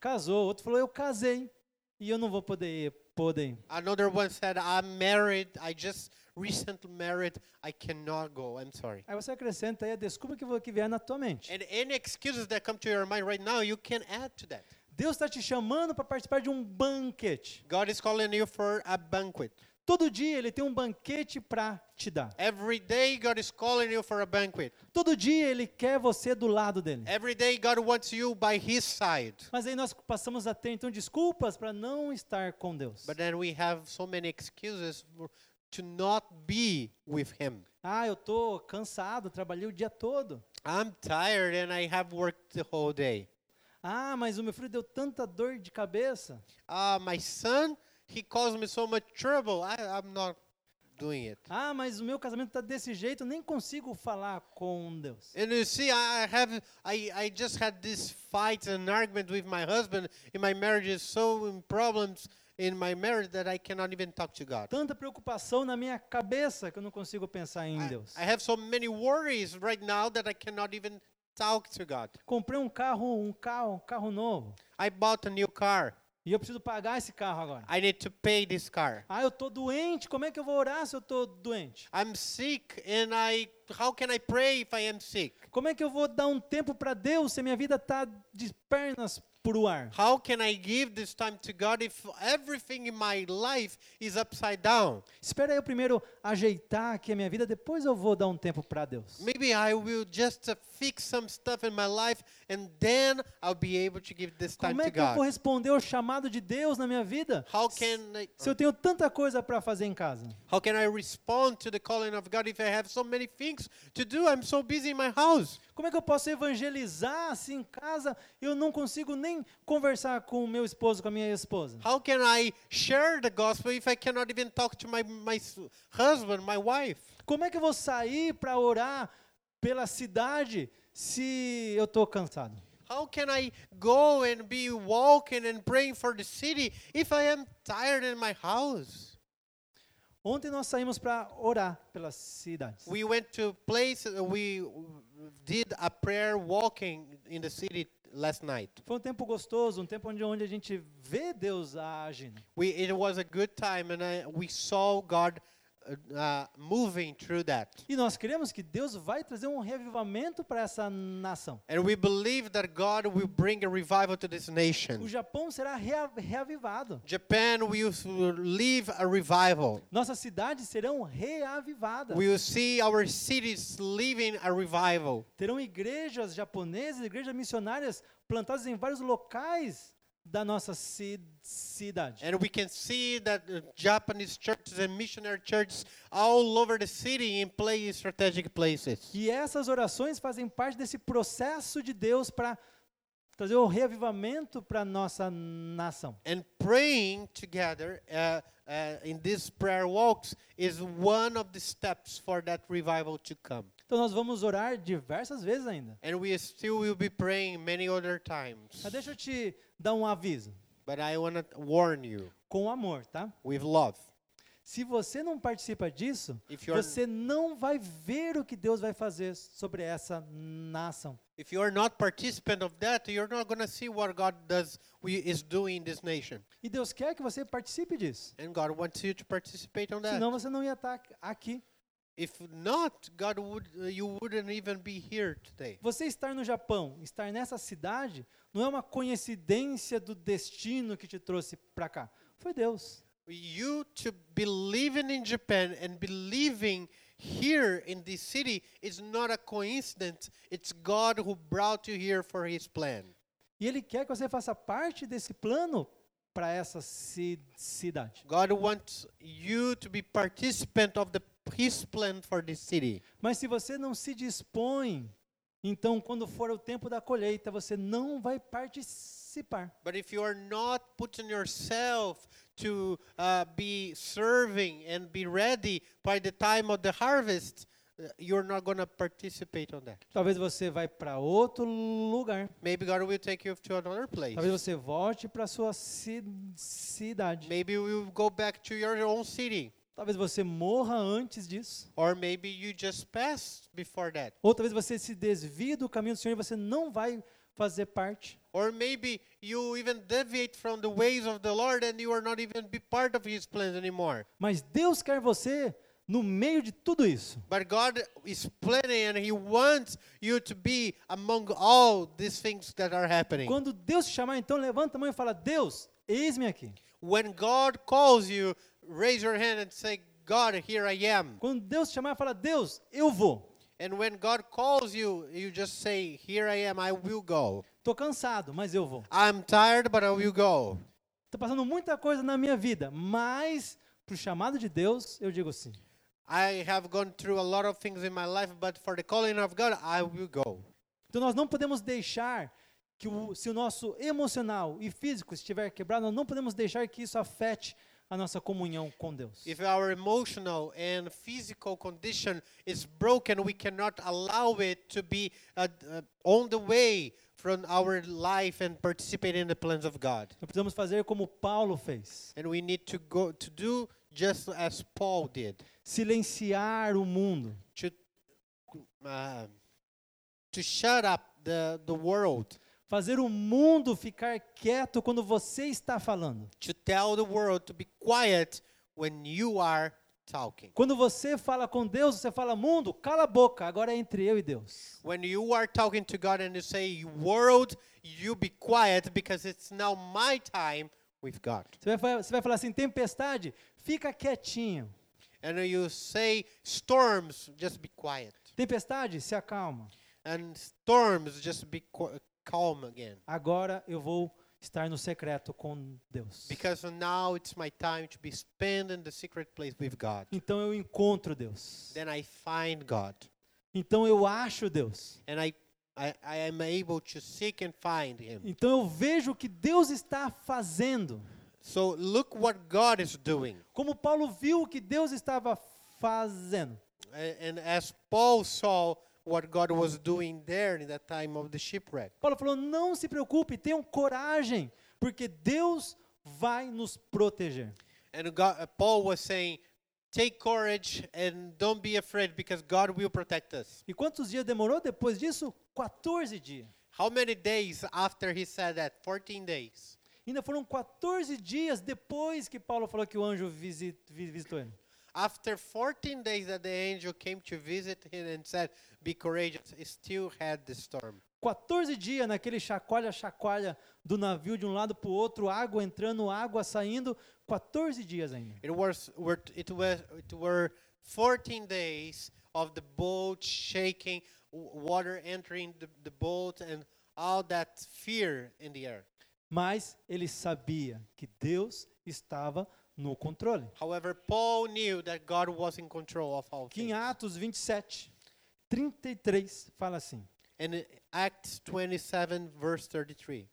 S1: Casou. Outro falou: eu casei e eu não vou poder ir. Poder ir.
S2: Another one said, I'm married, I just [LAUGHS] recently married, I cannot go, I'm sorry.
S1: Aí você acrescenta aí a desculpa que, vo- que vier na tua mente.
S2: And any excuses that come to your mind right now, you can add to that.
S1: Deus está te chamando para participar de um banquete.
S2: God is calling you for a banquet.
S1: Todo dia ele tem um banquete para te dar.
S2: Every day, God is calling you for a banquet.
S1: Todo dia ele quer você do lado dele.
S2: Every day, God wants you by His side.
S1: Mas aí nós passamos a ter então desculpas para não estar com Deus.
S2: But then we have so many excuses for- to not be with him.
S1: Ah, eu tô cansado, trabalhei o dia todo.
S2: I'm tired and I have worked the whole day.
S1: Ah, mas o meu filho deu tanta dor de cabeça.
S2: Ah, my son, he caused me so much trouble. I, I'm not doing it.
S1: Ah, mas o meu casamento tá desse jeito, eu nem consigo falar com Deus.
S2: And you see, I I have, I, I just had this fight and argument with my husband, and my marriage is so in problems in my marriage that I cannot even talk to God.
S1: Tanta preocupação na minha cabeça que eu não consigo pensar em
S2: I,
S1: Deus.
S2: I have so many worries right now that I cannot even talk to God.
S1: Comprei um carro, um carro, um carro novo.
S2: I bought a new car.
S1: E eu preciso pagar esse carro agora.
S2: I need to pay this car.
S1: Ah, eu tô doente, como é que eu vou orar se eu tô doente?
S2: I'm sick and I how can I pray if I am sick?
S1: Como é que eu vou dar um tempo para Deus se minha vida tá de pernas por o ar?
S2: How can I give this time to God if everything in my life is upside down?
S1: Espera eu primeiro ajeitar aqui a minha vida, depois eu vou dar um tempo para Deus.
S2: Maybe I will just uh, fix some stuff in my life and then I'll be able to give this time
S1: Como é
S2: to
S1: que eu vou
S2: God.
S1: responder ao chamado de Deus na minha vida?
S2: How can I,
S1: Se eu tenho tanta coisa para fazer em casa.
S2: how can I respond to the calling of God if I have so many things to do? I'm so busy in my house.
S1: Como é que eu posso evangelizar se em casa eu não consigo nem conversar com o meu esposo, com a minha esposa?
S2: How can I share the gospel if I cannot even talk to my my s- husband, my wife?
S1: Como é que eu vou sair para orar pela cidade se eu estou cansado?
S2: How can I go and be walking and praying for the city if I am tired in my house?
S1: Ontem nós saímos para orar pelas cidades.
S2: We went to place uh, we did a prayer walking in the city last night.
S1: Foi um tempo gostoso, um tempo onde, onde a gente vê Deus agindo.
S2: We it was a good time and I, we saw God uh, uh, moving through that.
S1: E nós queremos que Deus vai trazer um revivamento para essa nação.
S2: And we believe that God will bring a revival to this
S1: O
S2: nation.
S1: Japão será rea- reavivado.
S2: Japan will s- will live a revival.
S1: Nossas cidades serão reavivadas.
S2: We will see our cities living a revival.
S1: Terão igrejas japonesas, igrejas missionárias plantadas em vários locais da nossa ci- cidade.
S2: And we can see that uh, Japanese churches and missionary churches all over the city in place, strategic places.
S1: E essas orações fazem parte desse processo de Deus para trazer o reavivamento para nossa nação.
S2: And praying together uh, uh, in these prayer walks is one of the steps for that revival to come.
S1: Então nós vamos orar diversas vezes ainda.
S2: And we still will be praying many other times.
S1: Mas deixa eu te dar um aviso,
S2: But I want to warn you
S1: com amor, tá?
S2: with love.
S1: Se você não participa disso,
S2: If you are-
S1: você não vai ver o que Deus vai fazer sobre essa nação.
S2: If you are not participant of that, you're not going to see what God does we, is doing in this nation.
S1: E Deus quer que você participe disso.
S2: And God wants you to participate on that.
S1: Senão você não ia estar aqui.
S2: If not, God would uh, you wouldn't even be here today.
S1: Você estar no Japão, estar nessa cidade, não é uma coincidência do destino que te trouxe para cá. Foi Deus.
S2: You to be living in Japan and be living here in this city is not a coincidence. It's God who brought you here for His plan,
S1: E Ele quer que você faça parte desse plano para essa ci- cidade.
S2: God wants you to be participant of the His plan for this city.
S1: Mas se você não se dispõe, então quando for o tempo da colheita, você não vai participar.
S2: But if you are not putting yourself to uh, be serving and be ready by the time of the harvest, uh, you're not going to participate on that.
S1: Talvez você vai para outro lugar.
S2: Maybe God will take you to another place.
S1: Talvez você volte para sua ci- cidade.
S2: Maybe we'll go back to your own city.
S1: Talvez você morra antes disso.
S2: Or maybe you just passed before that.
S1: Ou talvez você se desvie do caminho do Senhor e você não vai fazer parte.
S2: Or maybe you even deviate from the ways of the Lord and you are not even be part of his plans anymore.
S1: Mas Deus quer você no meio de tudo isso.
S2: But God is planning and he wants you to be among all these things that are happening.
S1: Quando Deus te chamar, então levanta a mão e fala: Deus, eis-me aqui.
S2: When God calls you, raise your hand and say, God, here I am.
S1: Quando Deus te chamar, fala: Deus, eu vou.
S2: And when God calls you, you just say, Here I am, I will go.
S1: Tô cansado, mas eu vou.
S2: I'm tired, but I will go.
S1: Tô passando muita coisa na minha vida, mas pro chamado de Deus, eu digo sim.
S2: I have gone through a lot of things in my life, but for the calling of God, I will go.
S1: Então nós não podemos deixar que o, se o nosso emocional e físico estiver quebrado, nós não podemos deixar que isso afete a nossa comunhão com Deus.
S2: If our emotional and physical condition is broken, we cannot allow it to be uh, uh, on the way from our life and participate in the plans of God.
S1: Nós precisamos fazer como Paulo fez:
S2: And we need to go to do just as Paul did,
S1: silenciar o mundo.
S2: to uh, to shut up the the world,
S1: Fazer o mundo ficar quieto quando você está falando.
S2: to tell the world to be quiet when you are talking.
S1: Quando você fala com Deus, você fala, mundo, cala a boca, agora é entre eu e Deus.
S2: When you are talking to God and you say, World, you be quiet because it's now my time with God.
S1: Você vai, fa- você vai falar assim, tempestade, fica quietinho.
S2: And you say, Storms, just be quiet.
S1: Tempestade, se acalma.
S2: And storms, just be qu- calm again.
S1: Agora eu vou estar no secreto com Deus.
S2: Because now it's my time to be spent in the secret place with God.
S1: Então eu encontro Deus.
S2: Then I find God.
S1: Então eu acho Deus.
S2: And I, I, I am able to seek and find Him.
S1: Então eu vejo o que Deus está fazendo.
S2: So look what God is doing.
S1: Como Paulo viu o que Deus estava fazendo.
S2: A- And as Paul saw what God was doing there in that time of the shipwreck,
S1: Paulo falou: não se preocupe, tenham coragem, porque Deus vai nos proteger.
S2: and God, uh, Paul was saying, Take courage and don't be afraid because God will protect us.
S1: E quantos dias demorou depois disso? 14 dias.
S2: How many days after he said that? 14 days.
S1: Ainda foram 14 dias depois que Paulo falou que o anjo visi- vi- visitou ele.
S2: After 14 days that the angel came to visit him and said, Be courageous, he still had the storm.
S1: 14 dias naquele chacoalha, chacoalha do navio de um lado para o outro, água entrando, água saindo. 14 dias ainda.
S2: It was, were, it was, it were 14 days of the boat shaking, w- water entering the, the boat, and all that fear in the air.
S1: Mas ele sabia que Deus estava no controle.
S2: However, Paul knew that God was in control of all
S1: Que em
S2: things.
S1: Atos 27, 33 fala assim:
S2: And in Acts 27, verse 33.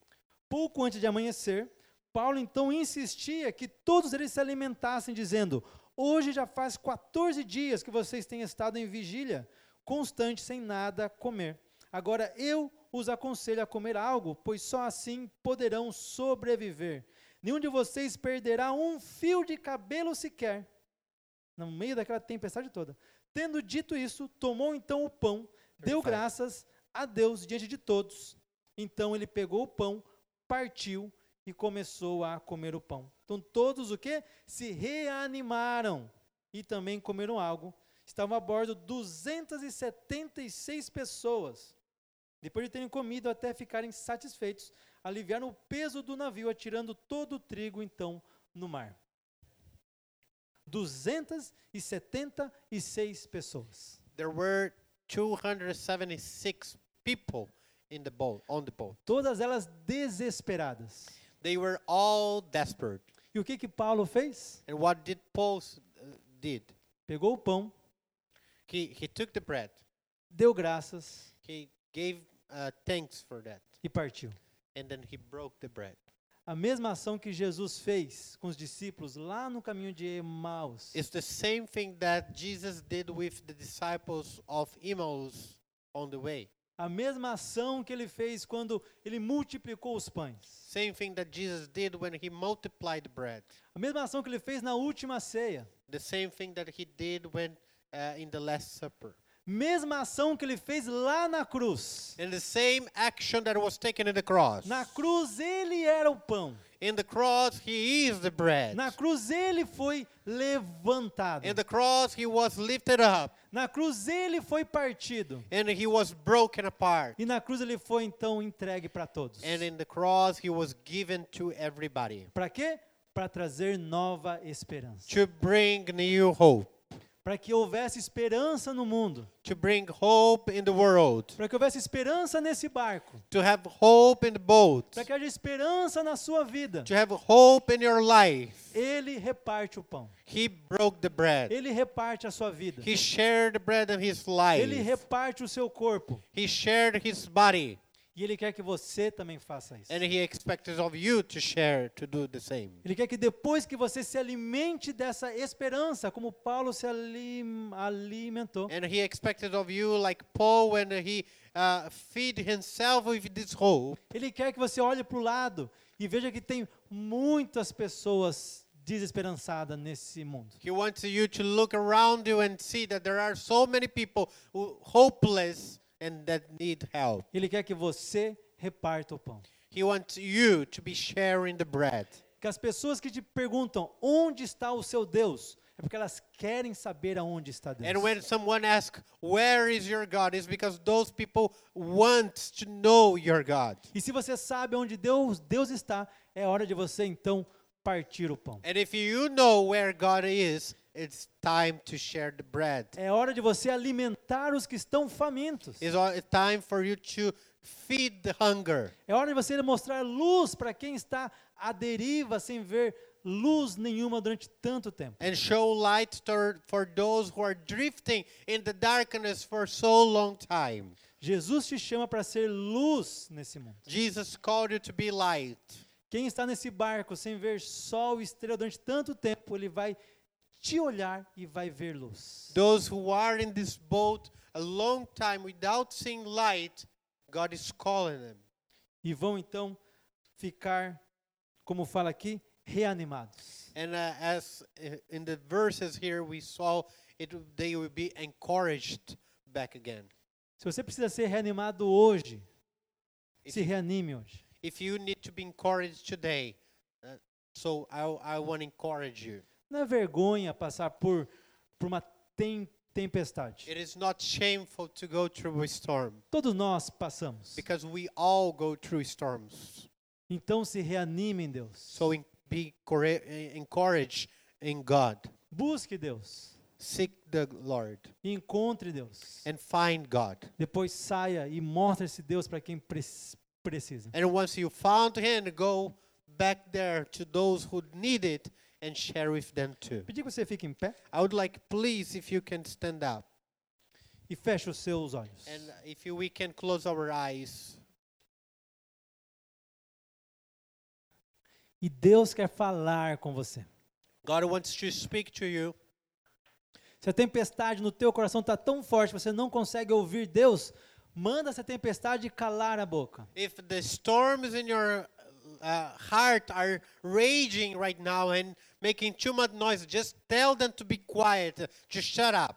S1: Pouco antes de amanhecer, Paulo então insistia que todos eles se alimentassem, dizendo: Hoje já faz 14 dias que vocês têm estado em vigília, constante, sem nada comer. Agora eu os aconselho a comer algo, pois só assim poderão sobreviver. Nenhum de vocês perderá um fio de cabelo sequer. No meio daquela tempestade toda. Tendo dito isso, tomou então o pão, deu
S2: 35.
S1: graças a Deus diante de todos. Então ele pegou o pão, partiu e começou a comer o pão. Então todos o quê? Se reanimaram e também comeram algo. Estavam a bordo 276 pessoas. Depois de terem comido até ficarem satisfeitos, aliviaram o peso do navio, atirando todo o trigo então no mar. 276 pessoas.
S2: There were 276 people in the boat, on the boat.
S1: Todas elas desesperadas.
S2: They were all desperate.
S1: E o que que Paulo fez?
S2: And what did Paul s- uh, did?
S1: Pegou o pão,
S2: He, he took the bread.
S1: deu graças
S2: He gave uh, thanks for that.
S1: e partiu.
S2: And then he broke the bread.
S1: A mesma ação que Jesus fez com os discípulos lá no caminho de Emaús.
S2: It's the same thing that Jesus did with the disciples of Emmaus on the way.
S1: A mesma ação que ele fez quando ele multiplicou os pães.
S2: Same thing that Jesus did when he multiplied the bread.
S1: A mesma ação que ele fez na última ceia.
S2: The same thing that he did when uh, in the Last Supper.
S1: Mesma ação que ele fez lá na cruz.
S2: And the same action that was taken in the cross.
S1: Na cruz ele era o pão.
S2: In the cross, he is the bread.
S1: Na cruz ele foi levantado.
S2: In the cross, he was lifted up.
S1: Na cruz ele foi partido.
S2: and he was broken apart.
S1: E na cruz ele foi então entregue para todos.
S2: And in the cross, he was given to everybody
S1: Para quê? Para trazer nova esperança.
S2: to bring new hope,
S1: Para que houvesse esperança no mundo.
S2: to bring hope in the world,
S1: Para que houvesse esperança nesse barco.
S2: to have hope in the boat,
S1: Para que haja esperança na sua vida.
S2: to have hope in your life.
S1: Ele reparte o pão.
S2: He broke the bread.
S1: Ele reparte a sua vida.
S2: He shared the bread of his
S1: Ele
S2: life.
S1: reparte o seu corpo.
S2: He shared his body,
S1: E ele quer que você também faça isso.
S2: and he expects of you to share, to do the same.
S1: Ele quer que depois que você se alimente dessa esperança, como Paulo se alim- alimentou,
S2: And he expected of you, like Paul, when he uh, feed himself with this hope.
S1: ele quer que você olhe para o lado e veja que tem muitas pessoas desesperançadas nesse mundo.
S2: He wants you to look around you and see that there are so many people who hopeless and that need help.
S1: Ele quer que você reparta o pão.
S2: He wants you to be sharing the bread.
S1: Que as pessoas que te perguntam onde está o seu Deus, é porque elas querem saber aonde está Deus.
S2: And when someone asks, Where is your God? it's because those people want to know your God.
S1: E se você sabe onde Deus, Deus está, é hora de você então partir o pão.
S2: And if you know where God is, it's time to share the bread.
S1: É hora de você alimentar os que estão famintos.
S2: It's all- it's time for you to feed the hunger.
S1: É hora de você mostrar luz para quem está à deriva sem ver luz nenhuma durante tanto tempo.
S2: And show light to, for those who are drifting in the darkness for so long time.
S1: Jesus te chama para ser luz nesse mundo.
S2: Jesus called you to be light.
S1: Quem está nesse barco sem ver sol e estrela durante tanto tempo, ele vai te olhar e vai ver luz.
S2: Those who are in this boat a long time without seeing light, God is calling them.
S1: E vão então ficar, como fala aqui, reanimados.
S2: And uh, as uh, in the verses here we saw, it w- they will be encouraged back again.
S1: Se você precisa ser reanimado hoje,
S2: If,
S1: se reanime hoje.
S2: if you need to be encouraged today, uh, so I, I want to encourage you.
S1: Não é vergonha passar por, por uma tem- tempestade.
S2: It is not shameful to go through a storm
S1: Todos nós passamos.
S2: because we all go through storms.
S1: Então se reanime em Deus.
S2: So en- be corre- eh, encouraged in God.
S1: Busque Deus.
S2: Seek the Lord
S1: E encontre Deus.
S2: and find God.
S1: Depois saia e mostre esse Deus para quem prec- precisa.
S2: And once you found him, go back there to those who need it and share with them too.
S1: Pedir que você fique em pé
S2: I would like, please, if you can stand up
S1: e feche os seus olhos.
S2: and if you, we can close our eyes.
S1: E Deus quer falar com você.
S2: God wants to speak to you.
S1: Se a tempestade no teu coração está tão forte que você não consegue ouvir Deus, manda essa tempestade calar a boca.
S2: If the storms in your uh, heart are raging right now and making too much noise, just tell them to be quiet, uh, to shut up.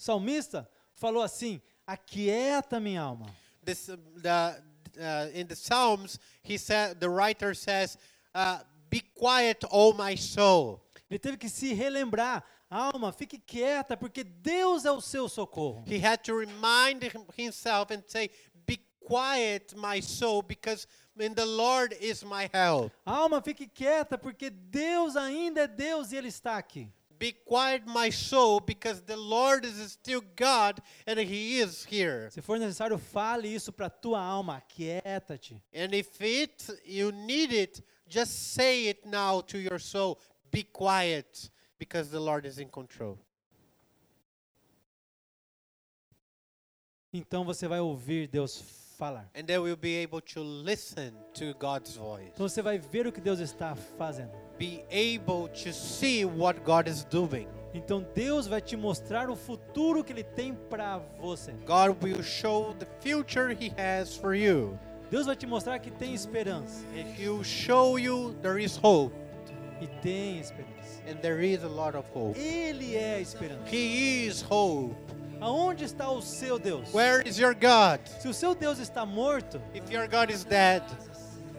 S1: O salmista falou assim: aquieta minha alma.
S2: This, uh, the, uh, in the Psalms, he said, the writer says, uh, "Be quiet, O my soul."
S1: Ele teve que se relembrar: alma, fique quieta, porque Deus é o seu socorro.
S2: He had to remind him- himself and say, Be quiet, my soul, because in the Lord is my help.
S1: Alma, fique quieta, porque Deus ainda é Deus e Ele está aqui.
S2: Be quiet, my soul, because the Lord is still God and He is here.
S1: Se for necessário, fale isso para tua alma: aquieta-te.
S2: And if it you need it, just say it now to your soul. Be quiet, because the Lord is in control.
S1: Então você vai ouvir Deus falar.
S2: And then we'll be able to listen to God's voice.
S1: Então você vai ver o que Deus está fazendo.
S2: Be able to see what God is doing.
S1: Então Deus vai te mostrar o futuro que Ele tem para você.
S2: God will show the future He has for you.
S1: Deus vai te mostrar que tem esperança.
S2: And He will show you there is hope,
S1: E tem esperança.
S2: and there is a lot of hope.
S1: Ele é a esperança.
S2: He is hope.
S1: Aonde está o seu Deus?
S2: Where is your God?
S1: Se o seu Deus está morto,
S2: If your God is dead,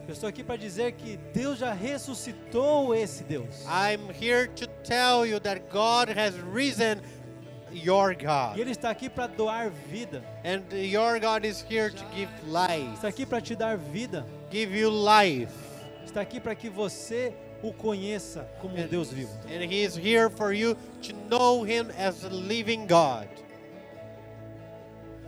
S1: eu estou aqui para dizer que Deus já ressuscitou esse Deus.
S2: I'm here to tell you that God has risen your
S1: E
S2: God.
S1: Ele está aqui para doar vida.
S2: And your God is here to give life,
S1: Está aqui para te dar vida.
S2: give you life.
S1: Está aqui para que você o conheça como um
S2: And,
S1: Deus vivo.
S2: and He is here for you to know Him as the living God.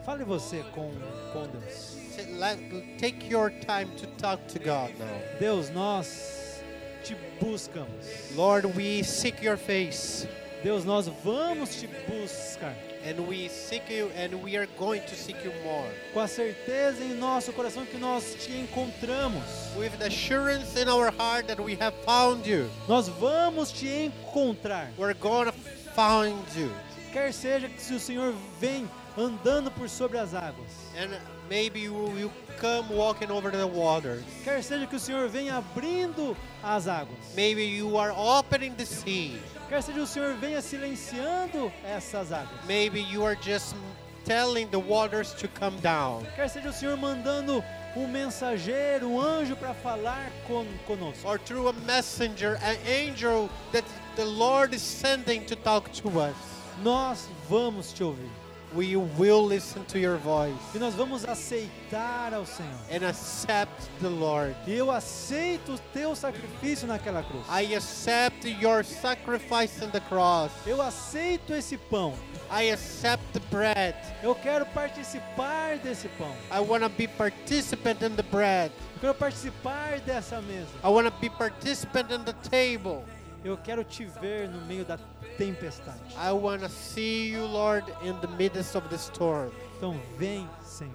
S1: Fale você com, com Deus.
S2: T- let- Take your time to talk to God now.
S1: Deus, nós te buscamos.
S2: Lord, we seek your face
S1: Deus, nós vamos te buscar.
S2: and we seek you and we are going to seek you more.
S1: Com a certeza em nosso coração que nós te encontramos.
S2: With the assurance in our heart that we have found you,
S1: Nós vamos te encontrar.
S2: we're going to find you.
S1: Quer seja que se o Senhor vem andando por sobre as águas.
S2: And maybe you will come walking over the waters.
S1: Quer seja que o Senhor venha abrindo as águas.
S2: Maybe you are opening the sea.
S1: Quer seja que o Senhor venha silenciando essas águas.
S2: Maybe you are just telling the waters to come down.
S1: Quer seja o Senhor mandando um mensageiro, um anjo para falar con- conosco.
S2: Or through a messenger, an angel that the Lord is sending to talk to us.
S1: Nós vamos te ouvir.
S2: We will listen to your voice
S1: E nós vamos aceitar ao Senhor.
S2: and accept the Lord.
S1: E eu aceito o teu sacrifício naquela cruz.
S2: I accept your sacrifice on the cross.
S1: Eu aceito esse pão.
S2: I accept the bread.
S1: Eu quero participar desse pão.
S2: I want to be participant in the bread.
S1: Eu quero participar dessa mesa.
S2: I want to be participant in the table.
S1: Eu quero te ver no meio da tempestade.
S2: I want to see you, Lord, in the midst of the storm.
S1: Então vem, Senhor.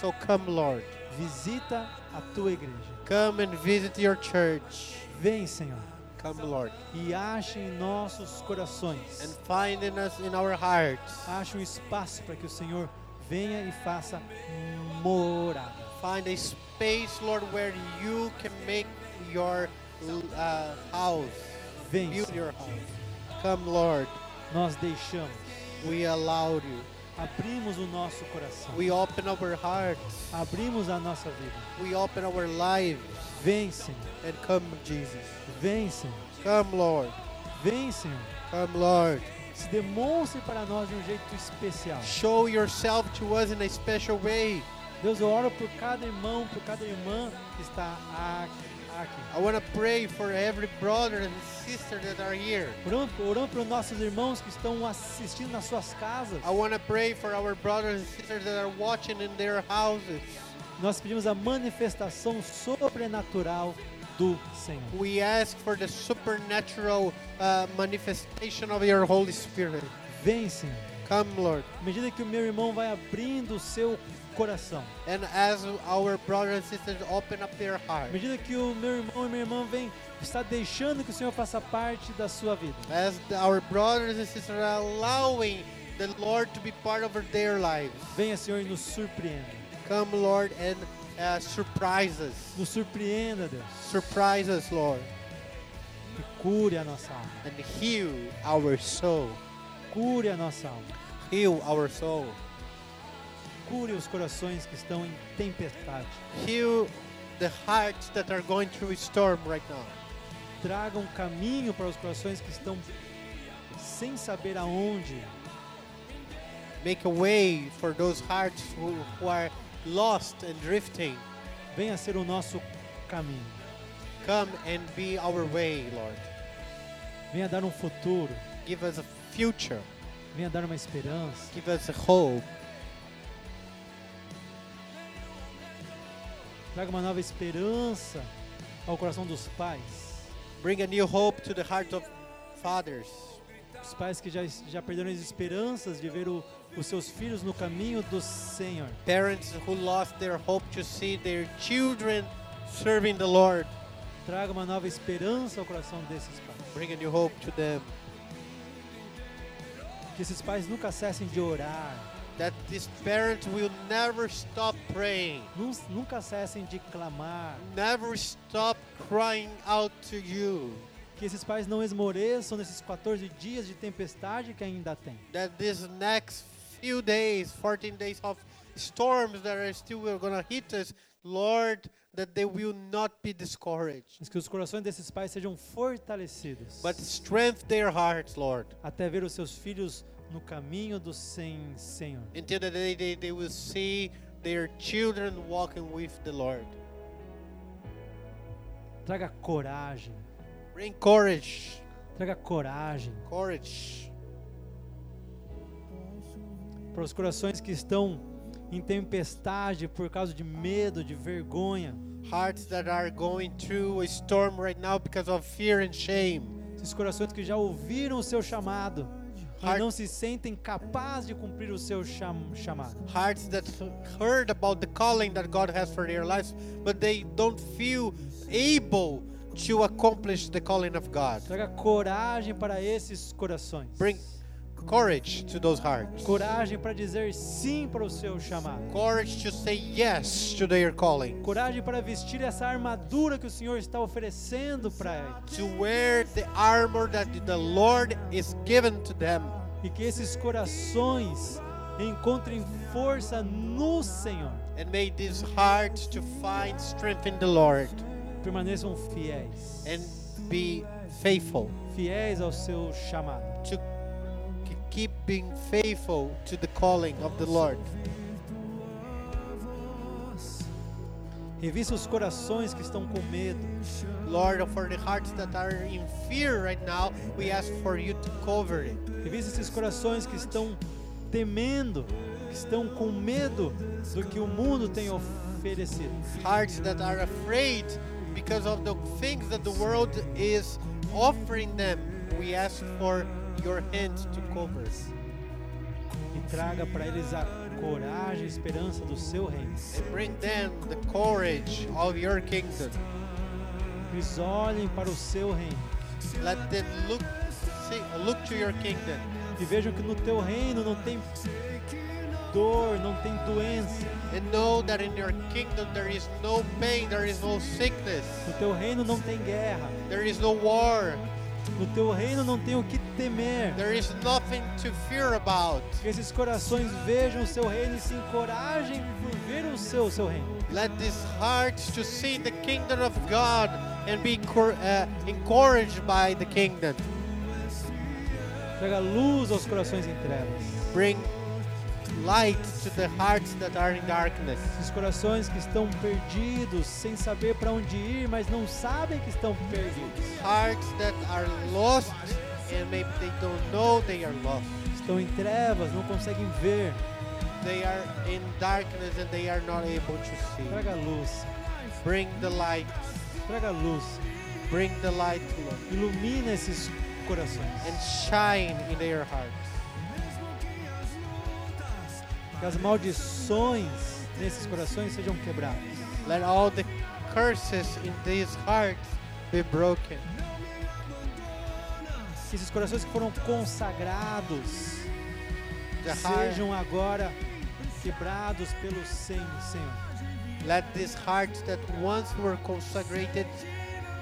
S2: So come, Lord.
S1: Visita a tua igreja.
S2: Come and visit your church.
S1: Vem, Senhor.
S2: Come, Lord.
S1: E ache em nossos
S2: And
S1: corações.
S2: find in us in our hearts.
S1: Ache um espaço para que o Senhor venha e faça morada.
S2: Find a space, Lord, where you can make your uh, house.
S1: Vem,
S2: Build
S1: Senhor.
S2: your house. Come, Lord.
S1: Nós deixamos.
S2: We allow you.
S1: Abrimos o nosso coração.
S2: We open our hearts.
S1: Abrimos a nossa vida.
S2: We open our lives.
S1: Vem, Senhor.
S2: And come, Jesus.
S1: Vem, Senhor.
S2: Come, Lord.
S1: Vem, Senhor.
S2: Come, Lord.
S1: Se demonstre para nós de um jeito especial.
S2: Show yourself to us in a special way.
S1: Deus, eu oro por cada irmão, por cada irmã que está aqui. aqui.
S2: I want to pray for every brother and sister that are here.
S1: Oramos, oramos para os nossos irmãos que estão assistindo nas suas casas.
S2: I want to pray for our brothers and sisters that are watching in their houses.
S1: Nós pedimos a manifestação sobrenatural do Senhor.
S2: We ask for the supernatural uh, manifestation of your Holy Spirit.
S1: Vem, Senhor.
S2: Come, Lord.
S1: À medida que o meu irmão vai abrindo o seu coração,
S2: And as our brothers and sisters open up their
S1: à
S2: hearts,
S1: medida que o meu irmão e minha irmã vem, está deixando que o Senhor faça parte da sua vida.
S2: as the- our brothers and sisters are allowing the Lord to be part of their lives,
S1: Venha, Senhor, e nos surpreenda.
S2: come, Lord, and uh, surprise us.
S1: Nos surpreenda, Deus.
S2: Surprise us, Lord,
S1: E cure a nossa alma.
S2: and heal our soul.
S1: Cure a nossa alma.
S2: Heal our soul.
S1: Cure os corações que estão em tempestade.
S2: Heal the hearts that are going through a storm right now.
S1: Traga um caminho para os corações que estão sem saber aonde. ir.
S2: Make a way for those hearts who, who are lost and drifting.
S1: Venha ser o nosso caminho.
S2: Come and be our way, Lord.
S1: Venha dar um futuro.
S2: Give us a future.
S1: Venha dar uma esperança.
S2: Give us a hope.
S1: Traga uma nova esperança ao coração dos pais.
S2: Bring a new hope to the heart of fathers.
S1: Os pais que já, já perderam as esperanças de ver o- os seus filhos no caminho do Senhor.
S2: Parents who lost their hope to see their children serving the Lord.
S1: Traga uma nova esperança ao coração desses pais.
S2: Bring a new hope to them.
S1: Que esses pais nunca cessem de orar.
S2: That these parents will never stop praying.
S1: nun- Nunca cessem de clamar.
S2: Never stop crying out to you.
S1: Que esses pais não esmoreçam nesses 14 dias de tempestade que ainda tem.
S2: That these next few days, 14 days of storms that are still going to hit us, Lord, that they will not be discouraged.
S1: Mas que os corações desses pais sejam fortalecidos.
S2: But strengthen their hearts, Lord,
S1: Até ver os seus filhos no caminho do sem Senhor.
S2: until the day they, they will see their children walking with the Lord.
S1: Traga coragem.
S2: Bring courage,
S1: Traga coragem
S2: courage
S1: para os corações que estão em tempestade por causa de medo, de vergonha.
S2: hearts that are going through a storm right now because of fear and shame.
S1: Esses corações que já ouviram o seu chamado, mas não se sentem capazes de cumprir o seu cham chamado.
S2: Hearts that heard about the calling that God has for their lives, but they don't feel able to accomplish the calling of God.
S1: Traga coragem para esses corações.
S2: Bring courage to those hearts.
S1: Coragem para dizer sim para o seu chamado.
S2: Courage to say yes to their calling.
S1: Coragem para vestir essa armadura que o Senhor está oferecendo para eles.
S2: To wear the armor that the Lord is given to them.
S1: E que esses corações encontrem força no Senhor.
S2: And may these hearts to find strength in the Lord É-
S1: Permaneçam fiéis.
S2: and be faithful.
S1: fiéis ao seu chamado.
S2: to k- keep being faithful to the calling of the Lord.
S1: Revista os corações que estão com medo.
S2: Lord, for the hearts that are in fear right now, we ask for you to cover it.
S1: Revista esses corações que estão temendo, que estão com medo do que o mundo tem oferecido.
S2: Hearts that are afraid because of the things that the world is offering them, we ask for your hands to cover.
S1: E traga para eles a coragem e esperança do seu reino.
S2: And bring them the courage of your kingdom.
S1: Eles olhem para o seu reino
S2: Let them look see, look to your kingdom
S1: e vejam que no teu reino não tem dor, não tem doença.
S2: and know that in your kingdom there is no pain, there is no sickness.
S1: No teu reino não tem guerra.
S2: There is no war.
S1: No teu reino não tem o que temer.
S2: There is nothing to fear about.
S1: Que esses corações vejam o seu reino e se encorajem por ver o seu, o seu reino.
S2: Let these hearts to see the kingdom of God and be cor- uh, encouraged by the kingdom.
S1: Traga luz aos corações em trevas.
S2: Bring light to the hearts that are in darkness.
S1: Esses corações que estão perdidos, sem saber para onde ir, mas não sabem que estão perdidos.
S2: Hearts that are lost and maybe they don't know they are lost.
S1: Estão em trevas, não conseguem ver.
S2: They are in darkness and they are not able to see.
S1: Traga luz,
S2: Bring the light.
S1: traga luz.
S2: Bring the light, Lord,
S1: Ilumina esses corações.
S2: and shine in their hearts.
S1: Que as maldições nesses corações sejam quebradas.
S2: Let all the curses in these hearts be broken.
S1: Que esses corações que foram consagrados
S2: The heart,
S1: sejam agora quebrados pelo Sen- Senhor.
S2: let these hearts that once were consecrated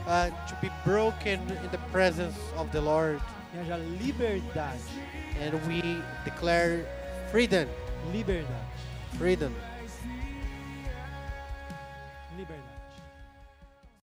S2: uh, to be broken in the presence of the Lord,
S1: E haja liberdade.
S2: and we declare freedom,
S1: Liberdade.
S2: freedom.
S1: Liberdade.